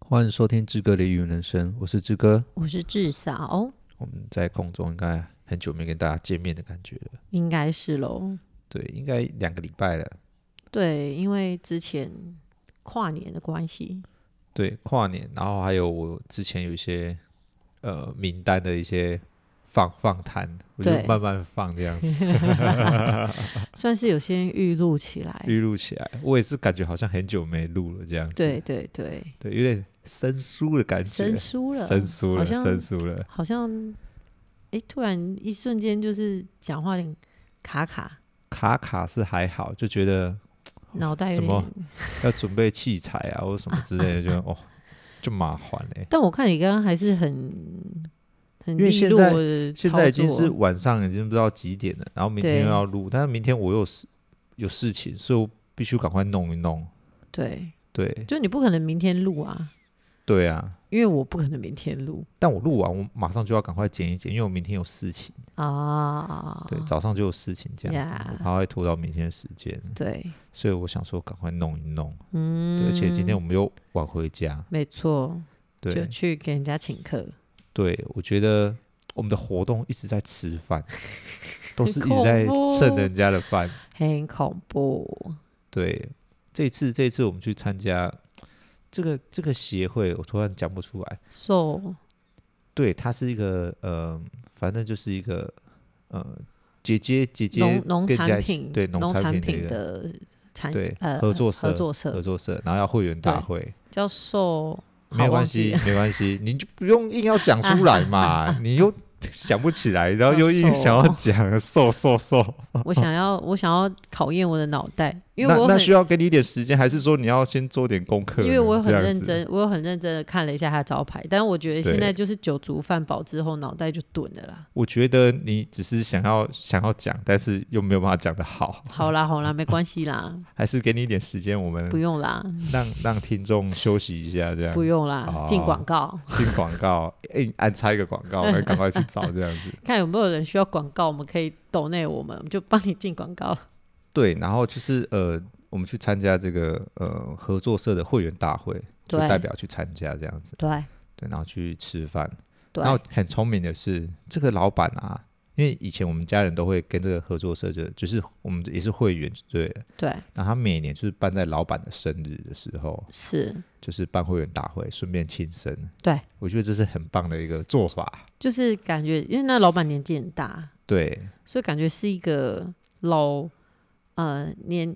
欢迎收听志哥的语文人生，我是志哥。我是至少我们在空中应该很久没跟大家见面的感觉了，应该是喽。对，应该两个礼拜了。对，因为之前跨年的 关系，对，跨年，然后还有我之前有一些呃名单的一些放放谈，我就对慢慢放这 样子算是有些预录起来。预录起来。我也是感觉好像很久没录了这样子，对对对，对，有点生疏的感觉，生疏了，生疏了，好像生疏了。好像哎，突然一瞬间就是讲话有点卡卡，卡卡是还好，就觉得脑袋哦有怎么点。要准备器材啊或者什么之类的， 就哦就麻烦欸嘞、但我看你刚刚还是很很因为利现落在的现操在已经作是晚上，已经不知道几点了。然后明天对又要录，但是明天我有事有事情，所以我必须赶快弄一弄。对，对就你不可能明天录啊，对啊，因为我不可能明天录但我录完，我马上就要赶快剪一剪，因为我明天有事情。啊。对，早上就有事情这样子， Yeah 我怕会拖到明天的时间，对，所以我想说赶快弄一弄。对嗯，而且今天我们又晚回家，没错，就对去给人家请客，对，我觉得我们的活动一直在吃 饭，都是一直恐在怖蹭人家的饭。很恐怖。对，这次这次我们去参加这个这个协会，我突然讲不出来。 So，对，它是一个呃，反正就是一个呃，姐姐姐姐农农跟人家产一起品对农产产的一品个的产对呃合作社合作合社作社，然后要会员大对会，叫 So，没有关系，没关系，你就不用硬要讲出来嘛， 你又想不起来，然后叫又硬想要瘦讲，瘦瘦瘦，我想要我想要考验我的脑袋，因为那我那很需要给你一点时间，还是说你要先做点功课呢？因为我很这样认子，真，我有很认真的看了一下他的招牌，但我觉得现对在就是酒足饭饱之后，脑袋就钝了 啦。我觉得你只是想要想要讲，但是又没有办法讲得好， 好啦好啦，没关系啦，还是给你一点时间，我们不用啦，让让听众休息一下，这样不用哦啦，进广告，进广 告，哎、你安插一个广告，我们赶快去找这样子。看有没有人需要广告，我们可以抖内我们，我们就帮你进广告。 对，然后就是呃，我们去参加这个呃合作社的会员大会，就对代表去参加这样子， 对对，然后去吃饭。对，然后很聪明的是，这个老板啊，因为以前我们家人都会跟这个合作社就就是我们也是会员，对了。对那他每年就是办在老板的生日的时候，是。就是办会员大会，顺便庆生。对，我觉得这是很棒的一个做法。就是感觉，因为那老板年纪很大，对，所以感觉是一个老呃年，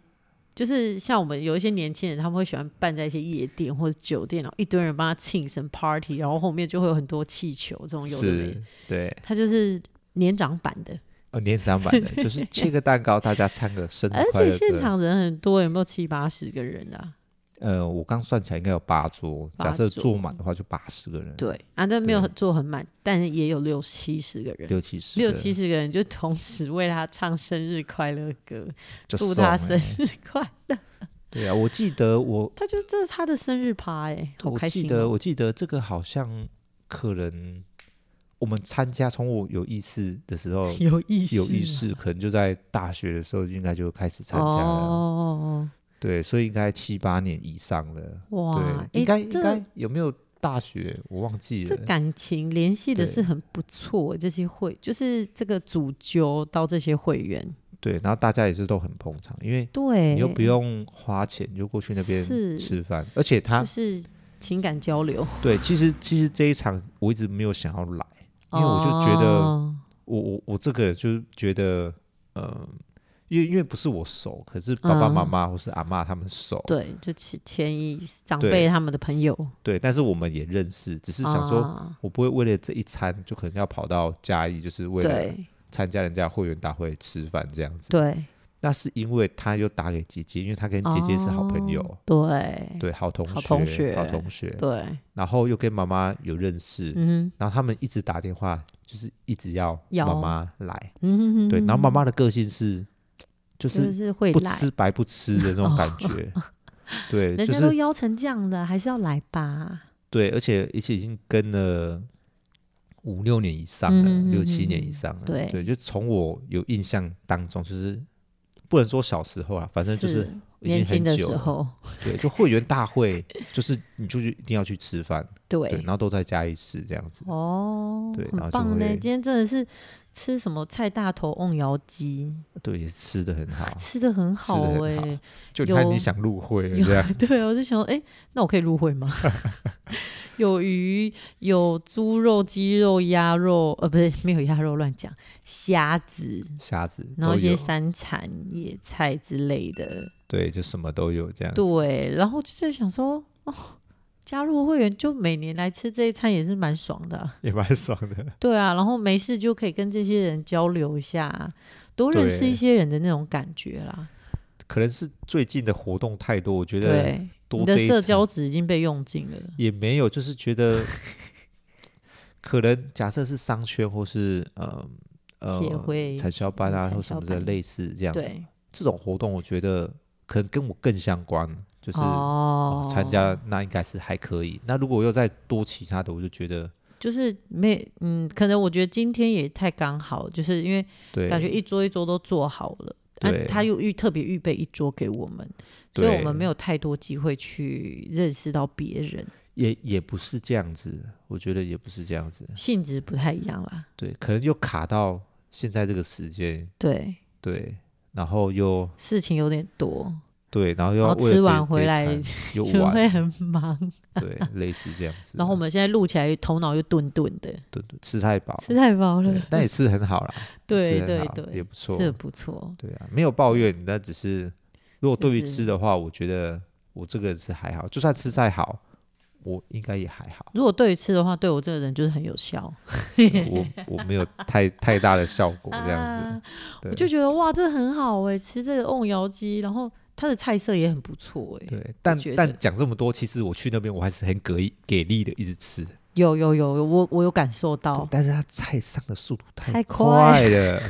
就是像我们有一些年轻人，他们会喜欢办在一些夜店或者酒店，然后一堆人帮他庆生 party，然后后面就会有很多气球这种有的没的是，，对，他就是年长版的，哦，年长版 的，就是切个蛋糕，大家唱个生日而快乐且歌。现场人很多，有没有七八十个人啊？呃，我刚算起来应该有八桌，假八设桌坐满的话就八十个人，，对啊，但没有对坐很满，但是也有六七十个人。六七十，六七十个人就同时为他唱生日快乐歌，就祝他送欸生日快乐。对啊，我记得我，他就这是他的生日趴哎、好我开记心、得，哦！。我记得这个好像可能我们参加，从我有意识的时候有 意识，有意识，可能就在大学的时候应该就开始参加了，哦，对，所以应该七八年以上了。哇，诶对，应该、应这该有没有大学我忘记这了。感情联系的对是很不错，这些会就是这个主揪到这些会员，对，然后大家也是都很捧场，因为对，你又不用花钱，你就过去那边是吃饭。而且他就是情感交流，对，其实其实这一场我一直没有想要来，因为我就觉得、哦我我我这个人就是觉得，嗯、因为因为不是我熟，可是爸爸妈嗯妈或是阿妈他们熟，对，就前前一长对辈他们的朋友对，但是我们也认识，只是想说。啊我不会为了这一餐就可能要跑到嘉义，就是为了对参加人家会员大会吃饭这样子。对，那是因为他又打给姐姐，因为他跟姐姐是好朋友，哦对对，好同学，好同学好同学对，然后又跟妈妈有认识，嗯然后他们一直打电话，就是一直要要妈妈来，哼嗯哼哼对，然后妈哼嗯妈的个性是，就就是是会不来。吃白不吃的那种感觉， 对，人就家都是邀成这样的，还是要来吧。对，而且而且已经跟了。五六年以上了，嗯嗯嗯六七年以上了，对对，就从我有印象当中，就是不能说小时候啊，反正就是已经年轻很的久时了，候，对，就会员大会，就是你就是一定要去吃饭，对，对然，后都在嘉义市这样子，哦，对然后很就棒呢。会今天真的是吃什么菜大头瓮窑鸡，，对，也吃的很好 吃的很好吃得很哎、好就你看有你想入会了这样， 对，我就想说，哎、那我可以入会吗？ 有鱼，有猪肉、鸡肉、鸭肉，呃，不对，没有鸭肉，乱讲，虾子，虾子然后都一些有，山产、野菜之类的。对，就什么都有这样子，对，然后就在想说，哦，加入会员就每年来吃这一餐也是蛮爽的啊、也蛮爽的，对啊，然后没事就可以跟这些人交流一下，啊多认识对一些人的那种感觉啦。可能是最近的活动太多，我觉得对，你多的这一社层交值已经被用尽了。也没有，就是觉得可能假设是商圈或是呃呃协会产销班啊产或销什么的班类似这样，对，这种活动，我觉得可能跟我更相关，就是、哦哦，参加那应该是还可以。那如果又再多其他的，我就觉得就是没，嗯，可能我觉得今天也太刚好，就是因为对，感觉一桌一桌都做好了，啊对，他又预特别预备一桌给我们，所以我对们没有太多机会去认识到别人，也也不是这样子，我觉得也不是这样子，性质不太一样啦。对，可能又卡到现在这个时间，对，对，然后又事情有点多，对，然后又然要后为吃了这完回这一来餐又就会 玩，很忙。啊对，类似这样子。然后我们现在录起来，头脑又顿顿的，对对吃太饱，吃太饱对了。但也吃得很好啦， 吃对得很好对对也不错，是不错，对啊，没有抱怨，那只是如果嗯就对于是。吃的话，我觉得我这个人是还好，就算吃再好，我应该也还好如果对于吃的话，对我这个人就是很有效。我我没有太太大的效果这样子，啊对我就觉得哇，这很好哎、吃这个瓮窑鸡，然后它的菜色也很不错哎、对，但觉得但讲这么多，其实我去那边我还是很给给力的，一直吃。对有有有，我我有感受到，但是它菜上的速度太哦太快了，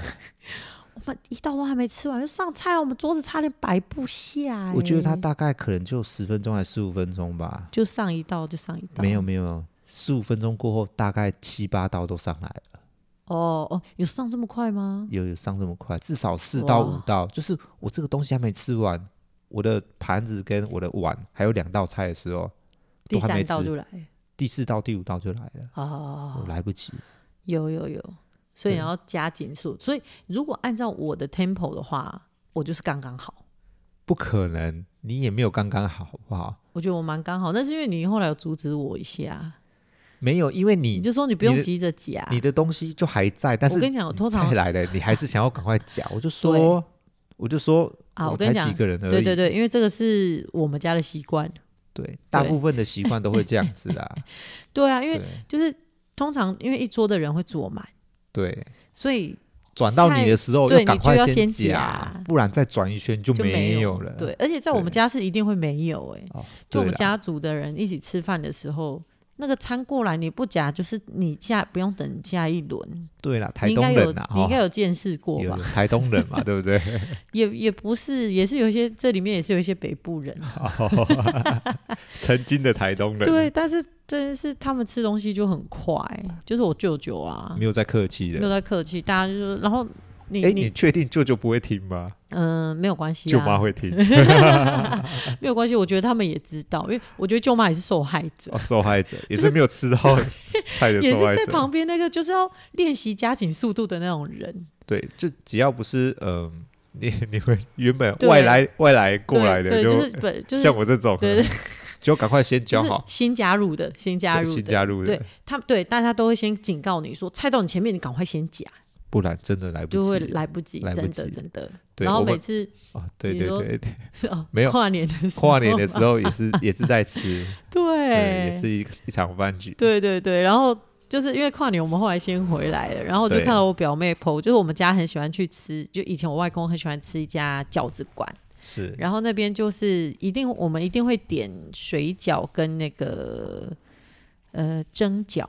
我们一道都还没吃完就上菜，我们桌子差点摆不下、欸我觉得它他大概可能就十分钟还十五分钟吧，就上一道就上一道，没有没有，十五分钟过后大概七八道都上来了。哦哦，有上这么快吗？有有上这么快，至少四到哇五道。就是我这个东西还没吃完，我的盘子跟我的碗还有两道菜的时候，第都还没三道吃就来第四道、第五道就来了，我哦，来不及。有有有，所对以你要加紧速。所以如果按照我的 tempo 的话，我就是刚刚好。不可能，你也没有刚刚好，好不好？我觉得我蛮刚好，但是因为你后来有阻止我一下，没有，因为你你就说你不用你的急着夹。你的东西就还在，但我是跟你讲，我通常菜来了，你还是想要赶快夹。 我就说，我就说，啊，我我跟才你讲几，个人而已。对对对，因为这个是我们家的习惯。对大部分的习惯都会这样子啦。对 啊，因为对就是通常因为一桌的人会坐满，对，所以转到你的时候对要赶你就要快先夹夹，不然再转一圈就就没有了。对，而且在我们对家是一定会没有哎、哦，就我对们啦家族的人一起吃饭的时候。那个餐过来你不夹，就是你下不用等下一轮。对啦，你台应该东有，人啊，你应该哦有见识过有吧有？台东人嘛，对不 对？也也不是，也是有一些这里面也是有一些北部 人，曾经的台东人，对。但是真的是他们吃东西就很快，就是我舅舅啊，没有在客气没有的。在客气，大家就说，然后你哎，你你确定舅舅不会听吗？嗯、没有关系、啊，舅妈会听，没有关系，我觉得他们也知道，因为我觉得舅妈也是受害者，哦受害 者也是没有吃到菜的也受害是在者。旁边那个就是要练习加紧速度的那种人，对，就只要不是嗯， 你你们原本对外来外来过对来的，对，就就是不就是像我这种，对对， 就赶快先就教是嗯好，新加入的新加对入新的，加入的对，他对大家都会先警告你说，菜到你前面，你赶快先夹，不然真的来不及，就会来不及，来不真及的真的。对然后我们每次啊，对你对说对 对，哦没有跨年的时候，跨年的时候也 是也是在吃，对，也对是一一场饭局。对对对，然后就是因为跨年，我们后来先回来了，然后我就对看到我表妹 PO，就是我们家很喜欢去吃，就以前我外公很喜欢吃一家饺子馆，是然后那边就是一定我们一定会点水饺跟那个呃蒸饺，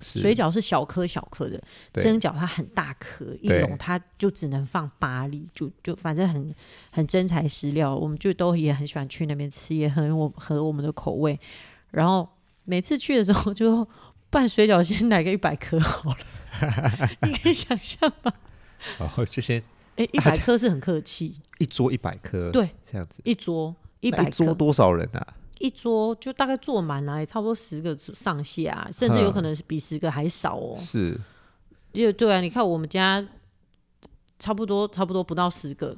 是水饺是小颗小颗的，对蒸饺它很大颗，一对笼它就只能放八粒，就就反正很很真材实料，我们就都也很喜欢去那边吃，也很我合我们的口味。然后每次去的时候就拌水饺，先来个一百颗好了， 你可以想象吗？哦然后就先 哎，一百颗是很客气，一桌一百颗，对，这样子一桌一一百一桌颗，多少人啊？一桌就大概坐满了，也差不多十个上下，啊甚至有嗯可能是比十个还少哦。是也对啊，你看我们家差不多差不多不到十个，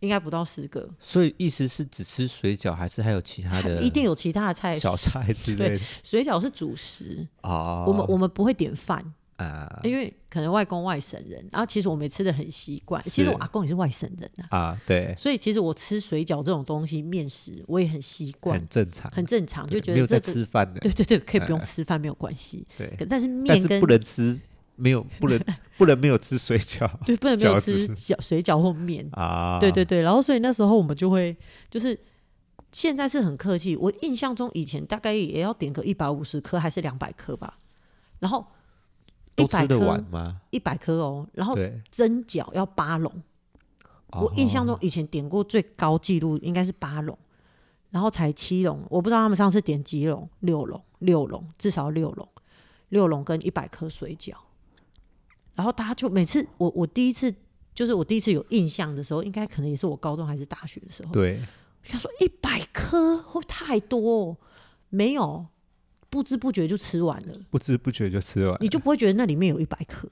应该不到十个，所以意思是只吃水饺，还是还有其他的？一定有其他的菜。小菜之对类的水饺是主食，啊。我们我们不会点饭，啊因为可能外公外省人，然后其实我们也吃的很习惯。其实是我阿公也是外省人啊，啊，对，所以其实我吃水饺这种东西面食，我也很习惯很，正常，很正常，就对觉没有在得这个吃饭的，哎对对对，可以不用吃饭没有关系。对，可但是但面是跟不能吃，没有不 能不能没有吃水饺 对不能没有饺吃子饺水饺或面，啊。对对对，然后所以那时候我们就会就是。现在是很客气，我印象中以前大概也要点个一百五十颗还是两百颗吧，然后一都百吃得完颗吗？一百颗哦，然后对，蒸饺要八笼，哦我印象中以前点过最高纪录应该是八笼，然后才七笼，我不知道他们上次点几笼，六笼，六笼至少六笼，六笼跟一百颗水饺，然后大家就每次我我第一次就是我第一次有印象的时候，应该可能也是我高中还是大学的时候，对他说一百颗会不会太多哦、没有，不知不觉就吃完了。不知不觉就吃完，你就不会觉得那里面有一百颗。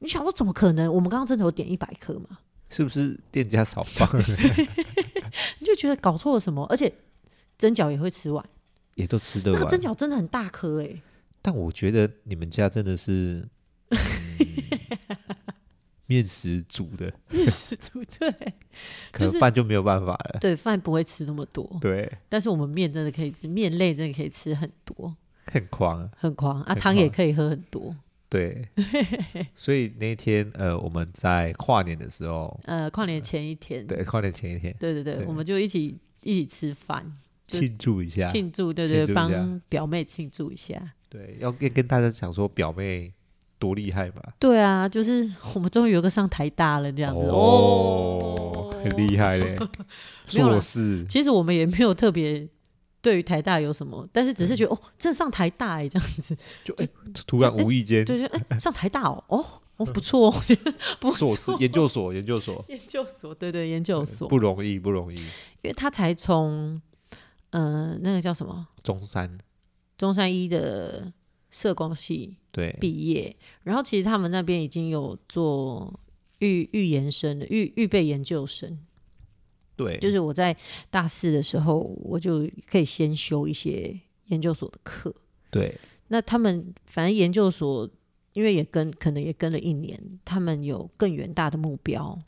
你想说怎么可能？我们刚刚真的有点一百颗嘛？是不是店家少 放你就觉得搞错了什么？而且蒸饺也会吃完，也都吃得那个完？蒸饺啊真的很大颗哎、 但我觉得你们家真的是、嗯面食煮的，面食组对可就是能哦饭就没有办法了。对，饭不会吃那么多， 对，但是我们面真的可以吃，面类真的可以吃很多，很狂啊。很狂啊！很汤也狂可以喝很多， 对，所以那天呃，我们在跨年的时候，呃，跨年前一天，对，跨年前一天对对对，对我们就一起一起吃饭就庆祝一下。庆祝，对啊庆对祝对，一帮下表妹庆祝一下。对，要跟跟大家讲说表妹多厉害吧？对啊，就是 我们终于有个上台大了这样子哦，很厉害嘞， 没有啦硕士。其实我们也没有特别对于台大有什么，但是只是嗯觉得、哦，真的上台大哎、这样子，就哎、突然就哎无意间，对，就哎、上台大哦，哦，哦不错哦，不嗯硕士错，研究所，研究所，研究所，对对，研究所，不容易，不容易。因为他才从呃那个叫什么中山，中山一的社工系对，毕业，嗯然后其实他们那边已经有做预预研生的预预备研究生，嗯对，就是我在大四的时候，我就可以先修一些研究所的课。对，那他们反正研究所，因为也跟可能也跟了一年，他们有更远大的目标。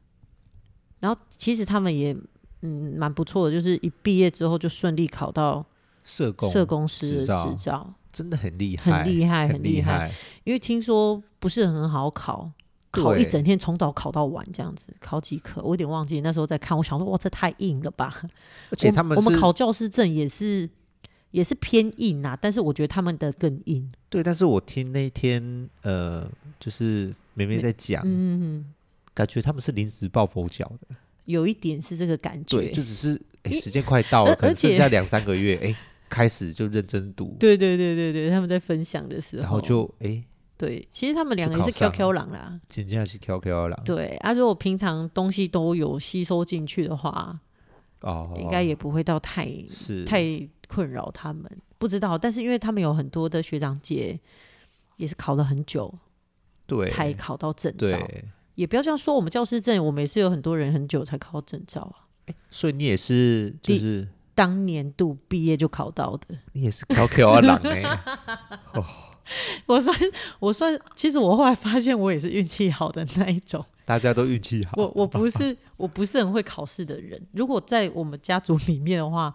然后其实他们也嗯蛮不错的，就是一毕业之后就顺利考到社工，社工师执的照执照，真的很厉害，很厉害，很很厉害。害。因为听说不是很好考，考对一整天从早考到晚这样子，考几科我有点忘记。那时候在看，我想说哇，这太硬了 吧！而且我他们我们是考教师证也是也是偏硬啊，但是我觉得他们的更硬。对，但是我听那天呃，就是梅梅在讲，嗯，感觉他们是临时抱佛脚的，有一点是这个感对，觉就。只是哎、因时间快到了，而可能而且剩下两三个月，哎、开始就认真读，对哦对对对对，他们在分享的时候，然后就哎，对，其实他们两个就也考是上 QQ 狼啦。请假是 QQ 了，对啊，如果平常东西都有吸收进去的话，哦，应该也不会到太是太困扰他们。不知道，但是因为他们有很多的学长姐也是考了很久对才考到证照，对，也不要这样说。我们教师证，我们也是有很多人很久才考到证照啊。所以你也是就第是当年度毕业就考到的。你也是 QQ 狼 哎，我算我算，其实我后来发现我也是运气好的那一种。大家都运气好， 我我不是我不是很会考试的人。如果在我们家族里面的话，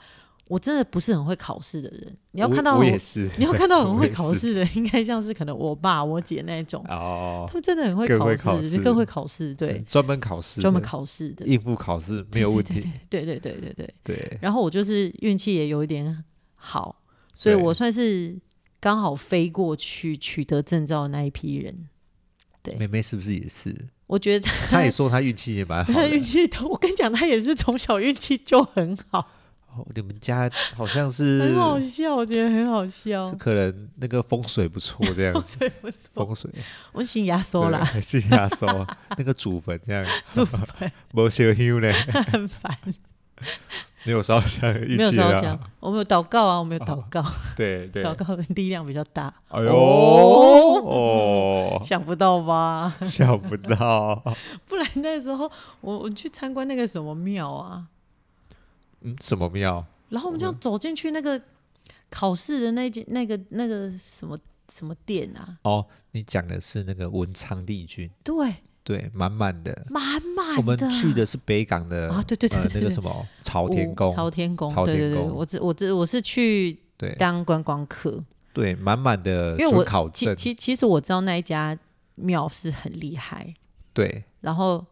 我真的不是很会考试的人。你要我看到我很也是， 你要看到 很我会也考是试的，应该像是可能我爸我姐那一种，哦他，们真的很会更考会试，考试更会考试， 对，专门考试的，专门考试的，应付考试没对有对问对题，对对对对对。对，然后我就是运气也有一点好，所以对我算是刚好飞过去取得证照的那一批人。对妹妹是不是也是？我觉得 她也说她运气也蛮好他的运气，我跟你讲，他也是从小运气就很好。哦你们家好像是 很好笑，我觉得很好笑这，可能那个风水不错，这 样子所以不错，风水我洗牙刷啦，，对 是压缩那个祖坟这样， 祖坟没烧香 嘞，很烦，没有烧香，没有一起烧啦香，，我们有祷告啊，我们有祷告，对对，祷告的力量比较大，哎呦哦哦，想不到吧？ 想不到，不然那时候我我去参观那个什么庙啊，嗯，什么庙？然后我们就走进去那个考试的那间那个那个什么什么店啊，哦，你讲的是那个文昌帝君，对，对，满满的。满满的。我们去的是北港的啊对对对呃对那对个什么朝朝天宫，哦朝天宫，朝对天对对，宫我只我只我是去对当观光客，对，满满的因为我准考其证，其其实我知道那一家庙是很厉害，对然后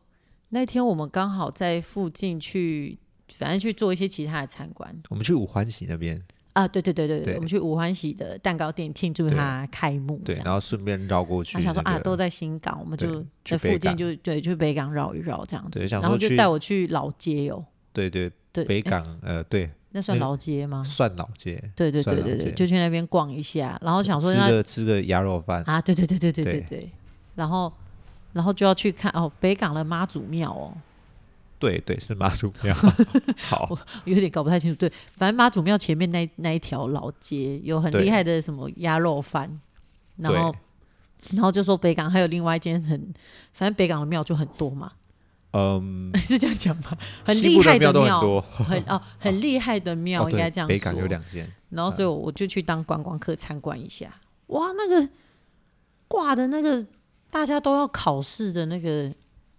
那天我们刚好在附近去，反正去做一些其他的参观我们去五环喜那边，啊，对对对对对，对我们去五欢喜的蛋糕店庆祝对它开幕，对，这样然后顺便绕过去他想说那啊，个都在新港，我们对就去在北附近港就对去北港绕一绕这样子对，想然后说就去带我去老街哦，对对对，北诶港呃对那算那个老街吗？蒜老街，对对算对老对对，街就去那边逛一下，然后想说吃那个吃个鸭肉饭，啊，对对对对对对对对，然后然后就要去看哦，北港的妈祖庙哦，对对是妈祖 庙，好有点搞不太清楚，对，反正妈祖庙前面那那一条老街有很对厉害的什么鸭肉饭，然后 对然后就说北港还有另外一间很，反正北港的庙就很多嘛，嗯， 是这样讲吗？很西厉部的害庙都很庙，多，很哦，很厉害的 庙，哦应对该这样说。北港有两间，然后，所以我就去当观光客参观一下。哇，那个挂的那个大家都要考试的那个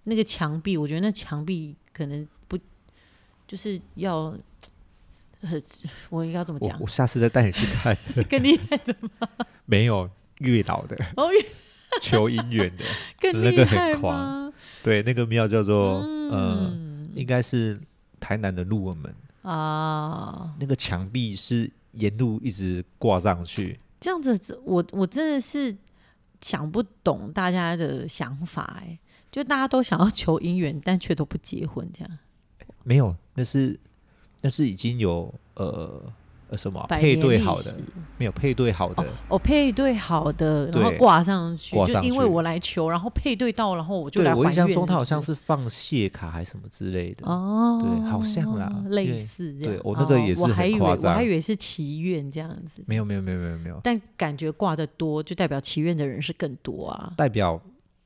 那个墙壁，我觉得那墙壁可能不就是要，呃，我应该怎么我讲？我下次再带你去看，更厉害的，没有月老的， 哦，求姻缘的，更 那厉个很害狂吗？对，那个庙叫做呃，嗯应该是台南的鹿耳门，啊，那个墙壁是沿路一直挂上去，这样子，我我真的是想不懂大家的想法哎、就大家都想要求姻缘，但却都不结婚，这样没有，那是那是已经有呃呃什么啊、百配年对历好史的，没有配对好的，哦，配对好的，然后对挂上去，挂就上因去为我来求，然后配对到，然后我就对来我还印象愿中他好像是是放谢卡还是什么之类不的，是哦，对好像啦因类为似这样。对我那个也哦是我很还以为夸我张还以为是祈愿这样子，没有没有没有没有没有，但感觉挂的多，就代表祈愿的人是更多啊。代表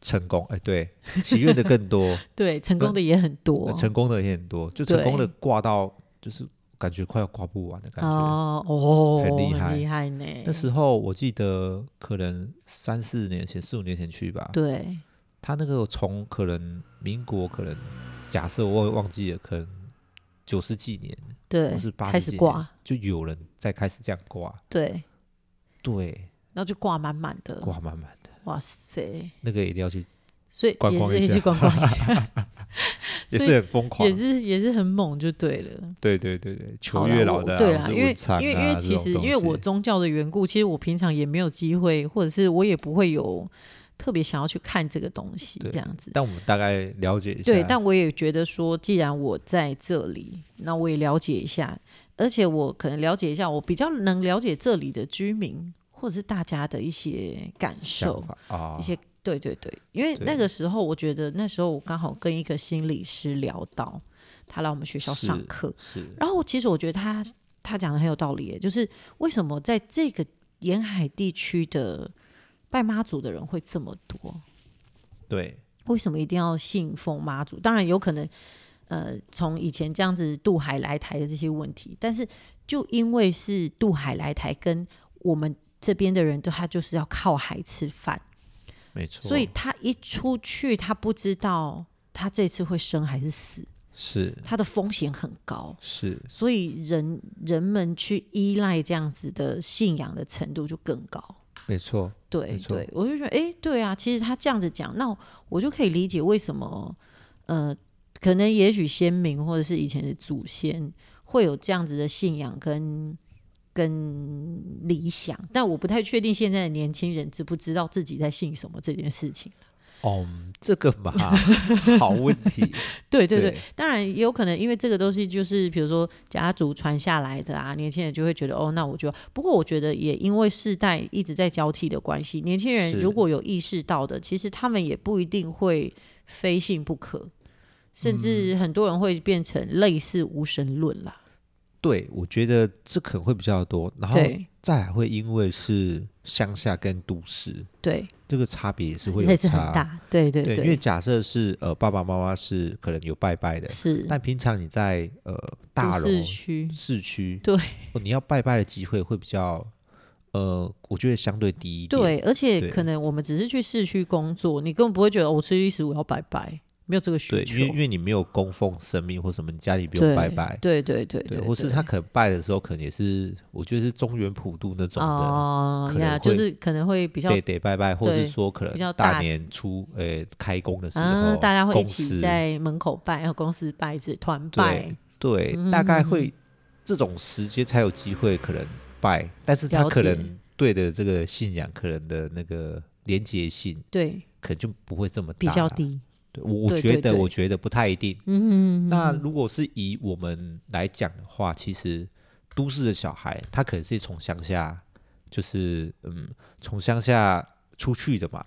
成功，哎、对，祈愿的更 多，对，成功的也很多呃。成功的也很多，就成功的挂到就是感觉快要挂不完的感觉。哦哦，很厉害厉害呢。那时候我记得可能三四年前、四五年前去啊吧，对，他那个从可能民国可能假设我忘记了，可能九十几年对或是，八开十几始年挂，就有人在开始这样挂，对，对，然后就挂满满的，挂满满的，哇塞！那个一定要去，所以观也光是一也去下观光 一下，也所以是很疯狂也，是也是很猛就对了。对对对对，求好啦月我老的、啊，对或啦，是因为文昌因为因啊为这其种实东因为我西宗教的缘故，其实我平常也没有机会，或者是我也不会有特别想要去看这个东西对这样子。但我们大概了解一下，对，但我也觉得说，既然我在这里，那我也了解一下，而且我可能了解一下，我比较能了解这里的居民或者是大家的一些感受想。法啊，一些对对对，因为对那个时候，我觉得那时候我刚好跟一个心理师聊到，他来我们学校上是课，是然后其实我觉得他他讲的很有道理耶，就是为什么在这个沿海地区的拜妈祖的人会这么多？对为什么一定要信奉妈祖？当然有可能，呃，从以前这样子渡海来台的这些问题，但是就因为是渡海来台，跟我们这边的人都他就是要靠海吃饭，没错，所以他一出去，他不知道他这次会生还是死，是他的风险很高。是所以人人们去依赖这样子的信仰的程度就更高。没错，对没错对，我就觉得，诶，对啊，其实他这样子讲，那我就可以理解为什么，呃，可能也许先民或者是以前的祖先会有这样子的信仰跟跟理想，但我不太确定现在的年轻人知不知道自己在信什么这件事情。哦，这个 嘛，好问题。对对对，当然也有可能，因为这个东西就是比如说家族传下来的啊，年轻人就会觉得哦，那我就不过我觉得也因为世代一直在交替的关系，年轻人是如果有意识到的，其实他们也不一定会非信不嗯可，甚至很多人会变成类似无神论啦。对，我觉得这可能会比较多，然后对再来会因为是乡下跟都市对，这个差别也是会有这差，是很大。对对对，对，因为假设是呃爸爸妈妈是可能有拜拜的，是但平常你在呃大嗯楼都市区市区，对哦，你要拜拜的机会会比较呃，我觉得相对低一点。对，而且对可能我们只是去市区工作，你根本不会觉得、哦我吃一食我要拜拜，没有这个需对，求因为。因为你没有供奉神明或什么，你家里不用拜拜，对对对对，或是他可能拜的时候，可能也是我觉得是中原普渡那种的，哦可能会呀，就是可能会比较得得拜拜，或对是说可比较能大大年初呃开工的时候，啊，大家会一公起司在门口拜，然后公司拜，自己团拜对，对，嗯大概会这种时间才有机会可能拜，但是他了可解能对的这个信仰可能的那个连结性对，可能就不会这么大比较。低，对我我对觉对得对我觉得不太一定。嗯，那如果是以我们来讲的话，其实都市的小孩他可能是从乡下，就是嗯，从乡下出去的嘛，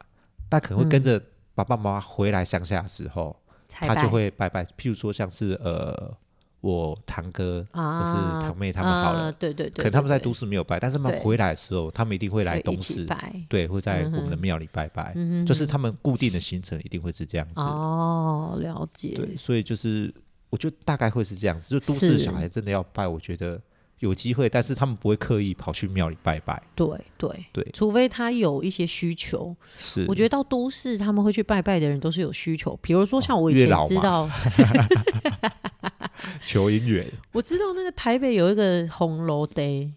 他可能会跟着爸爸妈妈回来乡下的时候，才他嗯拜就会拜拜。譬如说像是呃，我堂哥或是啊，堂妹他们好了，啊对对对，可能他们在对都市没有拜，但是他们对回来的时候，他们一定会来对会一东起市，拜，对，会在我们嗯的哼庙里拜拜，嗯哼就是他们固定的行程一定会是这样子。哦，了对，解，所以就是我觉得大概会是这样子，就都市是小孩真的要拜，我觉得有机会，但是他们不会刻意跑去庙里拜拜。对对对除非他有一些需求，是，我觉得到都市他们会去拜拜的人都是有需求，比如说像我以哦月前老知嘛道，得求姻 缘，我知道那个台北有一个红楼 day，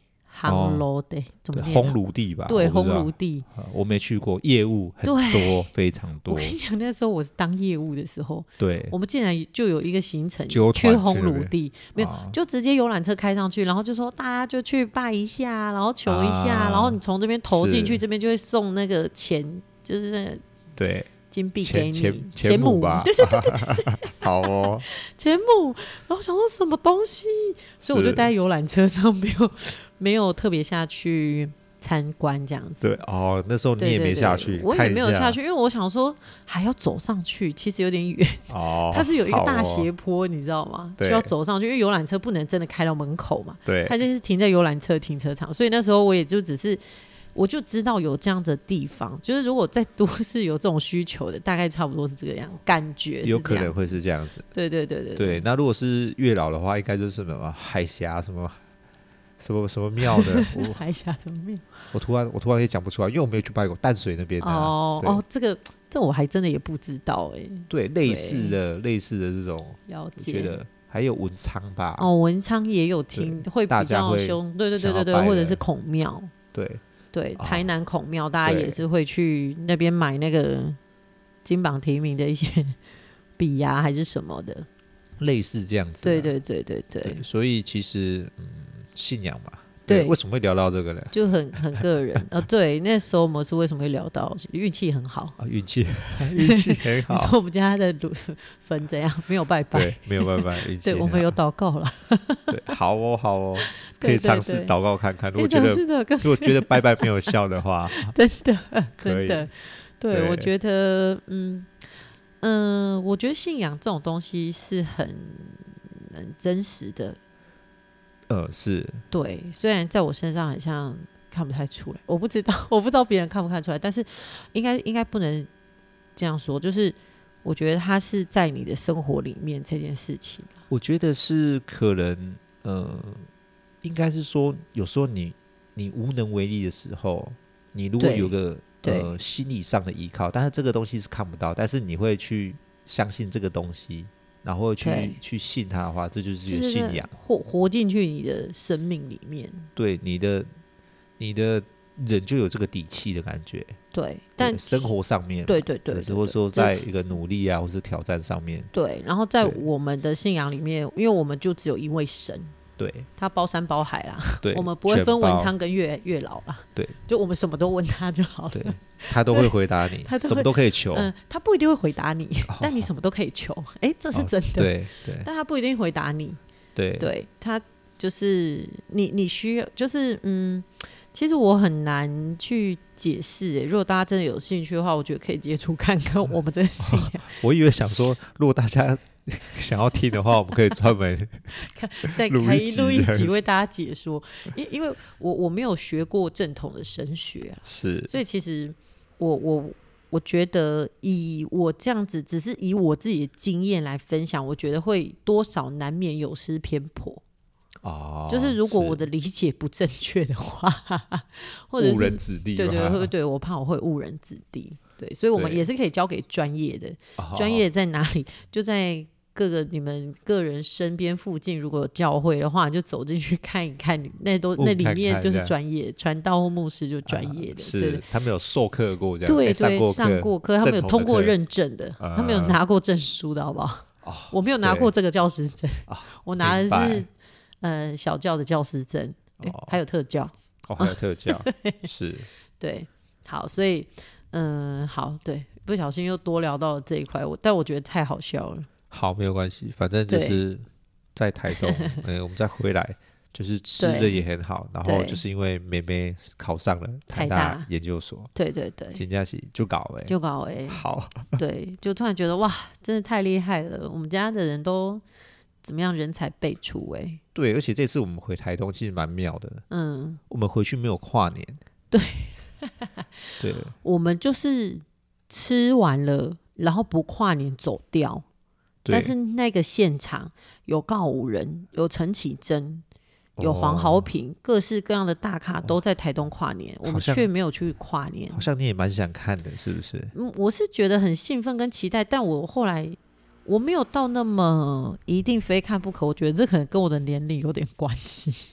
哦红楼 day 怎么对，念啊烘炉地吧？对，我不烘知道炉地。啊我没去过，业务很对多，非常我多跟，你讲，那时候我是当业务的时候，对，我们竟然就有一个行程去揪团烘去那炉边地，没有，啊就直接游览车开上去，然后就说大家就去拜一下，然后求一下，啊然后你从这边投进去，是这边就会送那个钱，就是那个对，金币给前你前钱母吧，对对对对 好哦，钱母。然后想说什么东西，所以我就是待在游览车上，没有没有特别下去参观这样子。对哦，那时候你对也对没对下去，我也看一没有下下去，因为我想说还要走上去，其实有点远。哦，它是有一个好大哦斜，坡，你知道吗？对需要走上去，因为游览车不能真的开到门口嘛，对它，就是停在游览车停车场。所以那时候我也就只是，我就知道有这样的地方，就是如果在都市有这种需求的，大概差不多是这个样，感觉是有这可样能会是这样子。对对对对对，那如果是月老的话，应该就是什么海峡什么什么什么庙 的，我海峡什么面我突然我突然也讲不出来，因为我没有去拜过淡水那边的啊、哦对哦，这个这我还真的也不知道哎、对，类似的类似的这种，了我觉解。得还有文昌吧，哦，文昌也有听，会大比家较会凶，对对对想对要对，拜或者的是孔庙，对，对，哦台南孔庙，大家对也是会去那边买那个金榜题名的一些 笔呀、还是什么的。类似这样子、啊对。对对对对对，，所以其实嗯，信仰嘛，对为什么会聊到这个呢？ 就很很个人。呃，对，那时候我们是为什么会聊到运气很好？啊，运气运气很 你好，说我们家的炉 坟怎样？没有拜拜对。，没有办法，运气 对，很我们好有祷告了，对，好哦，好哦，可对以对尝试对祷告看看，如非果觉常得是的，跟如果觉得拜拜没有效的话， 真的， 可真以的，对我对觉得，嗯嗯、呃我觉得信仰这种东西是很很真实的。呃，是对，虽然在我身上很像看不太出来，我不知道， 我不知道别人看不看出来，但是应该应该不能这样说，就是我觉得它是在你的生活里面这件事情啊。我觉得是可能，呃，应该是说，有时候你你无能为力的时候，你如果对有个对呃心理上的依靠，但是这个东西是看不到，但是你会去相信这个东西，然后对去去信它的话，这就是就一个是信仰，活活进去你的生命里面，对你的你的人就有这个底气的感觉。对，但对生活上面嘛，对对对就是对或者对说就在一个努力啊，或是挑战上面，对，然后在对我们的信仰里面，因为我们就只有一位神，对他包山包海啦，对，我们不会全分文包昌跟月月老啦，对，就我们什么都问他就好对了。他都会回答你， 他都什么会都可以求，嗯，他不一定会回答你，哦但你什么都可以求，哎、这是哦真的。对对但他不一定回答你，对对他就是你，你需要就是嗯，其实我很难去解释、欸。如果大家真的有兴趣的话，我觉得可以接触看 看我们这个信仰，我以为想说，如果大家 想要听的话，我们可以专 门再录一开集录一这样集子为大家解说。因因为我我没有学过正统的神学啊，是所以其实我我我觉得以我这样子，只是以我自己的经验来分享，我觉得会多少难免有失偏颇。哦，就是如果我的理解不正确的话，或者误人是子弟吧，对对对对，我怕我会误人子弟。对，所以我们对也是可以交给专业的， 哦专业在哪里？就在各个你们个人身边附近，如果有教会的话，你就走进去看一看，那都问那里哦看面看就这是样专业，传道或牧师就专啊业的，对对是他们有授课过这样，哎对上对，过上过课，他正们有统的通过课认证的，他们有啊拿过证书的好不好？哦我没有拿对过这个教师证啊， 我拿的明白是呃小教的教师证，诶哦哎还有特教。哦，还有特 教是对，好，所以嗯、呃好，对，不小心又多聊到了这一块，我但我觉得太好笑了。好，没有关系，反正就对是在台 东，哎，我们再回来。就是吃对的也很好，然后对就是因为妹妹考上了台台大大研究所，对对对，金佳琪就搞哎、就搞哎、好， 对，就突然觉得哇，真的太厉害了，我们家的人都怎么样人才辈出哎、对，而且这次我们回台东其实蛮妙的，嗯，我们回去没有跨年，对， 对，我们就是吃完了，然后不跨年走掉。对但是那个现场有告五人，有陈绮贞，有黄豪哦平，各式各样的大咖都在台东跨年，我好们像却没有去跨年好。像你也蛮想看的，是不是？嗯，我是觉得很兴奋跟期待，但我后来我没有到那么一定非看不可，我觉得这可能跟我的年龄有点关系。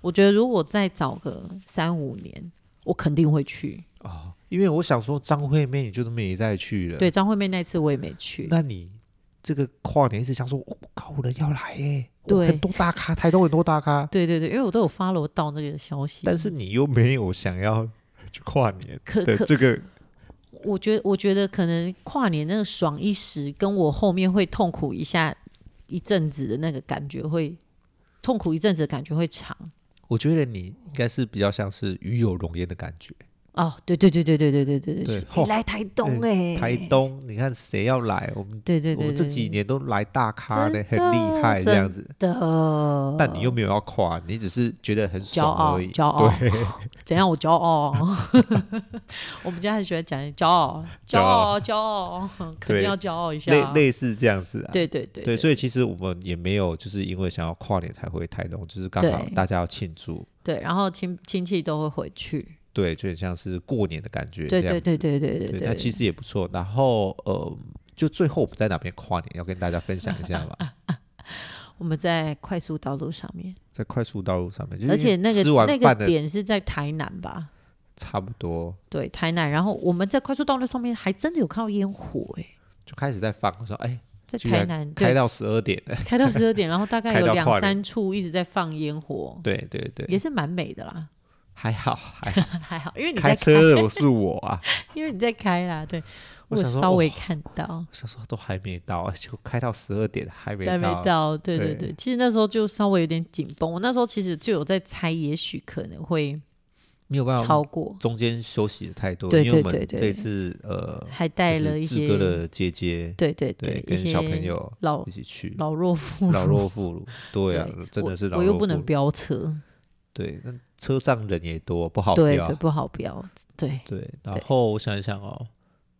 我觉得如果再早个三五年，我肯定会去。哦，因为我想说张惠妹你就都没再去了，对，，张惠妹那次我也没去。那你这个跨年是想说，我、哦、高人要来耶，哦对很多大咖，台东很多大 咖，对对对，因为我都有 follow 到那个消息。但是你又没有想要去跨年可的可这个，我觉得，我觉得可能跨年那个爽一时，跟我后面会痛苦一下一阵子的那个感觉会痛苦一阵子的感觉会长我觉得你应该是比较像是与有荣焉的感觉。哦。对对对对对对对对对你吼来台东哎、台东，你看谁要来？我们对对对我对，们这几年都来大咖呢，很真的厉害这样子。对的，但你又没有要跨，你只是觉得很骄爽傲而已。骄傲，怎样？我 骄傲，我们家很喜欢讲骄傲骄骄傲傲骄傲，肯定对要 骄傲一下类，类似这样子啊。对对对对，所以其实我们也没有就是因为想要跨年才回台东，就是刚好对大家要庆祝，对，然后亲亲戚都会回去，对，就很像是过年的感觉这对样对子。对对对对对，那其实也不错。然后呃，就最后我们在哪边跨年，要跟大家分享一下 嘛，我们在快速道路上面，在快速道路上面，就是而且因那为个嗯吃完那饭个的点是在台南吧？差不多对，台南。然后我们在快速道路上面还真的有看到烟火哎、就开始在放，我说哎，在居台然南开对，到十二点了，开到十二点，然后大概开有到两跨年三处一直在放烟火，对对对，也是蛮美的啦，还好还好，还好，因为你在 开车的我是我 啊，因为你在开啦，对我有想说稍微哇看到，我想说都还没到，结果开到十二点还没但没到，到，对对对对。其实那时候就稍微有点紧绷，我那时候其实就有在猜，也许可能会没有办法超过，中间休息的太多，对因为我对们对这对次呃还带了一志些哥，的姐姐对对对一跟些小朋友老一起去老弱妇老弱妇孺，对啊对，真的是老我弱又不能妇孺飙车，对，那车上人也多，不好对飙对，不好飙，对对，然对后我想一想哦，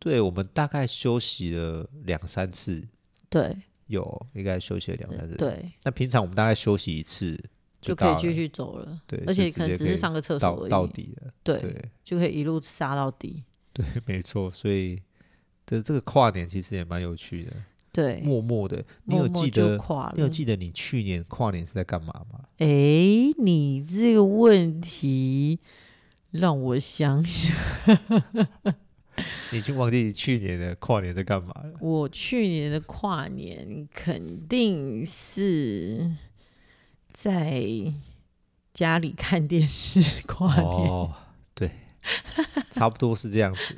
对我们大概休息了两三次，对有应该休息了两三次，对，那平常我们大概休息一次就可到以了继续走了，对，而就且直可能接只可是以上个厕所到而已，到底了，对，对就可以一路杀到底，对， 没错，所以的这个跨年其实也蛮有趣的，对，默默的，你默有默记就得垮你有了。记得你去年跨年是在干嘛吗？哎，你这个问题让我想想，你已经忘记去年的跨年在干嘛了？我去年的跨年肯定是在家里看电视跨年。哦， 对，差不多是这样子。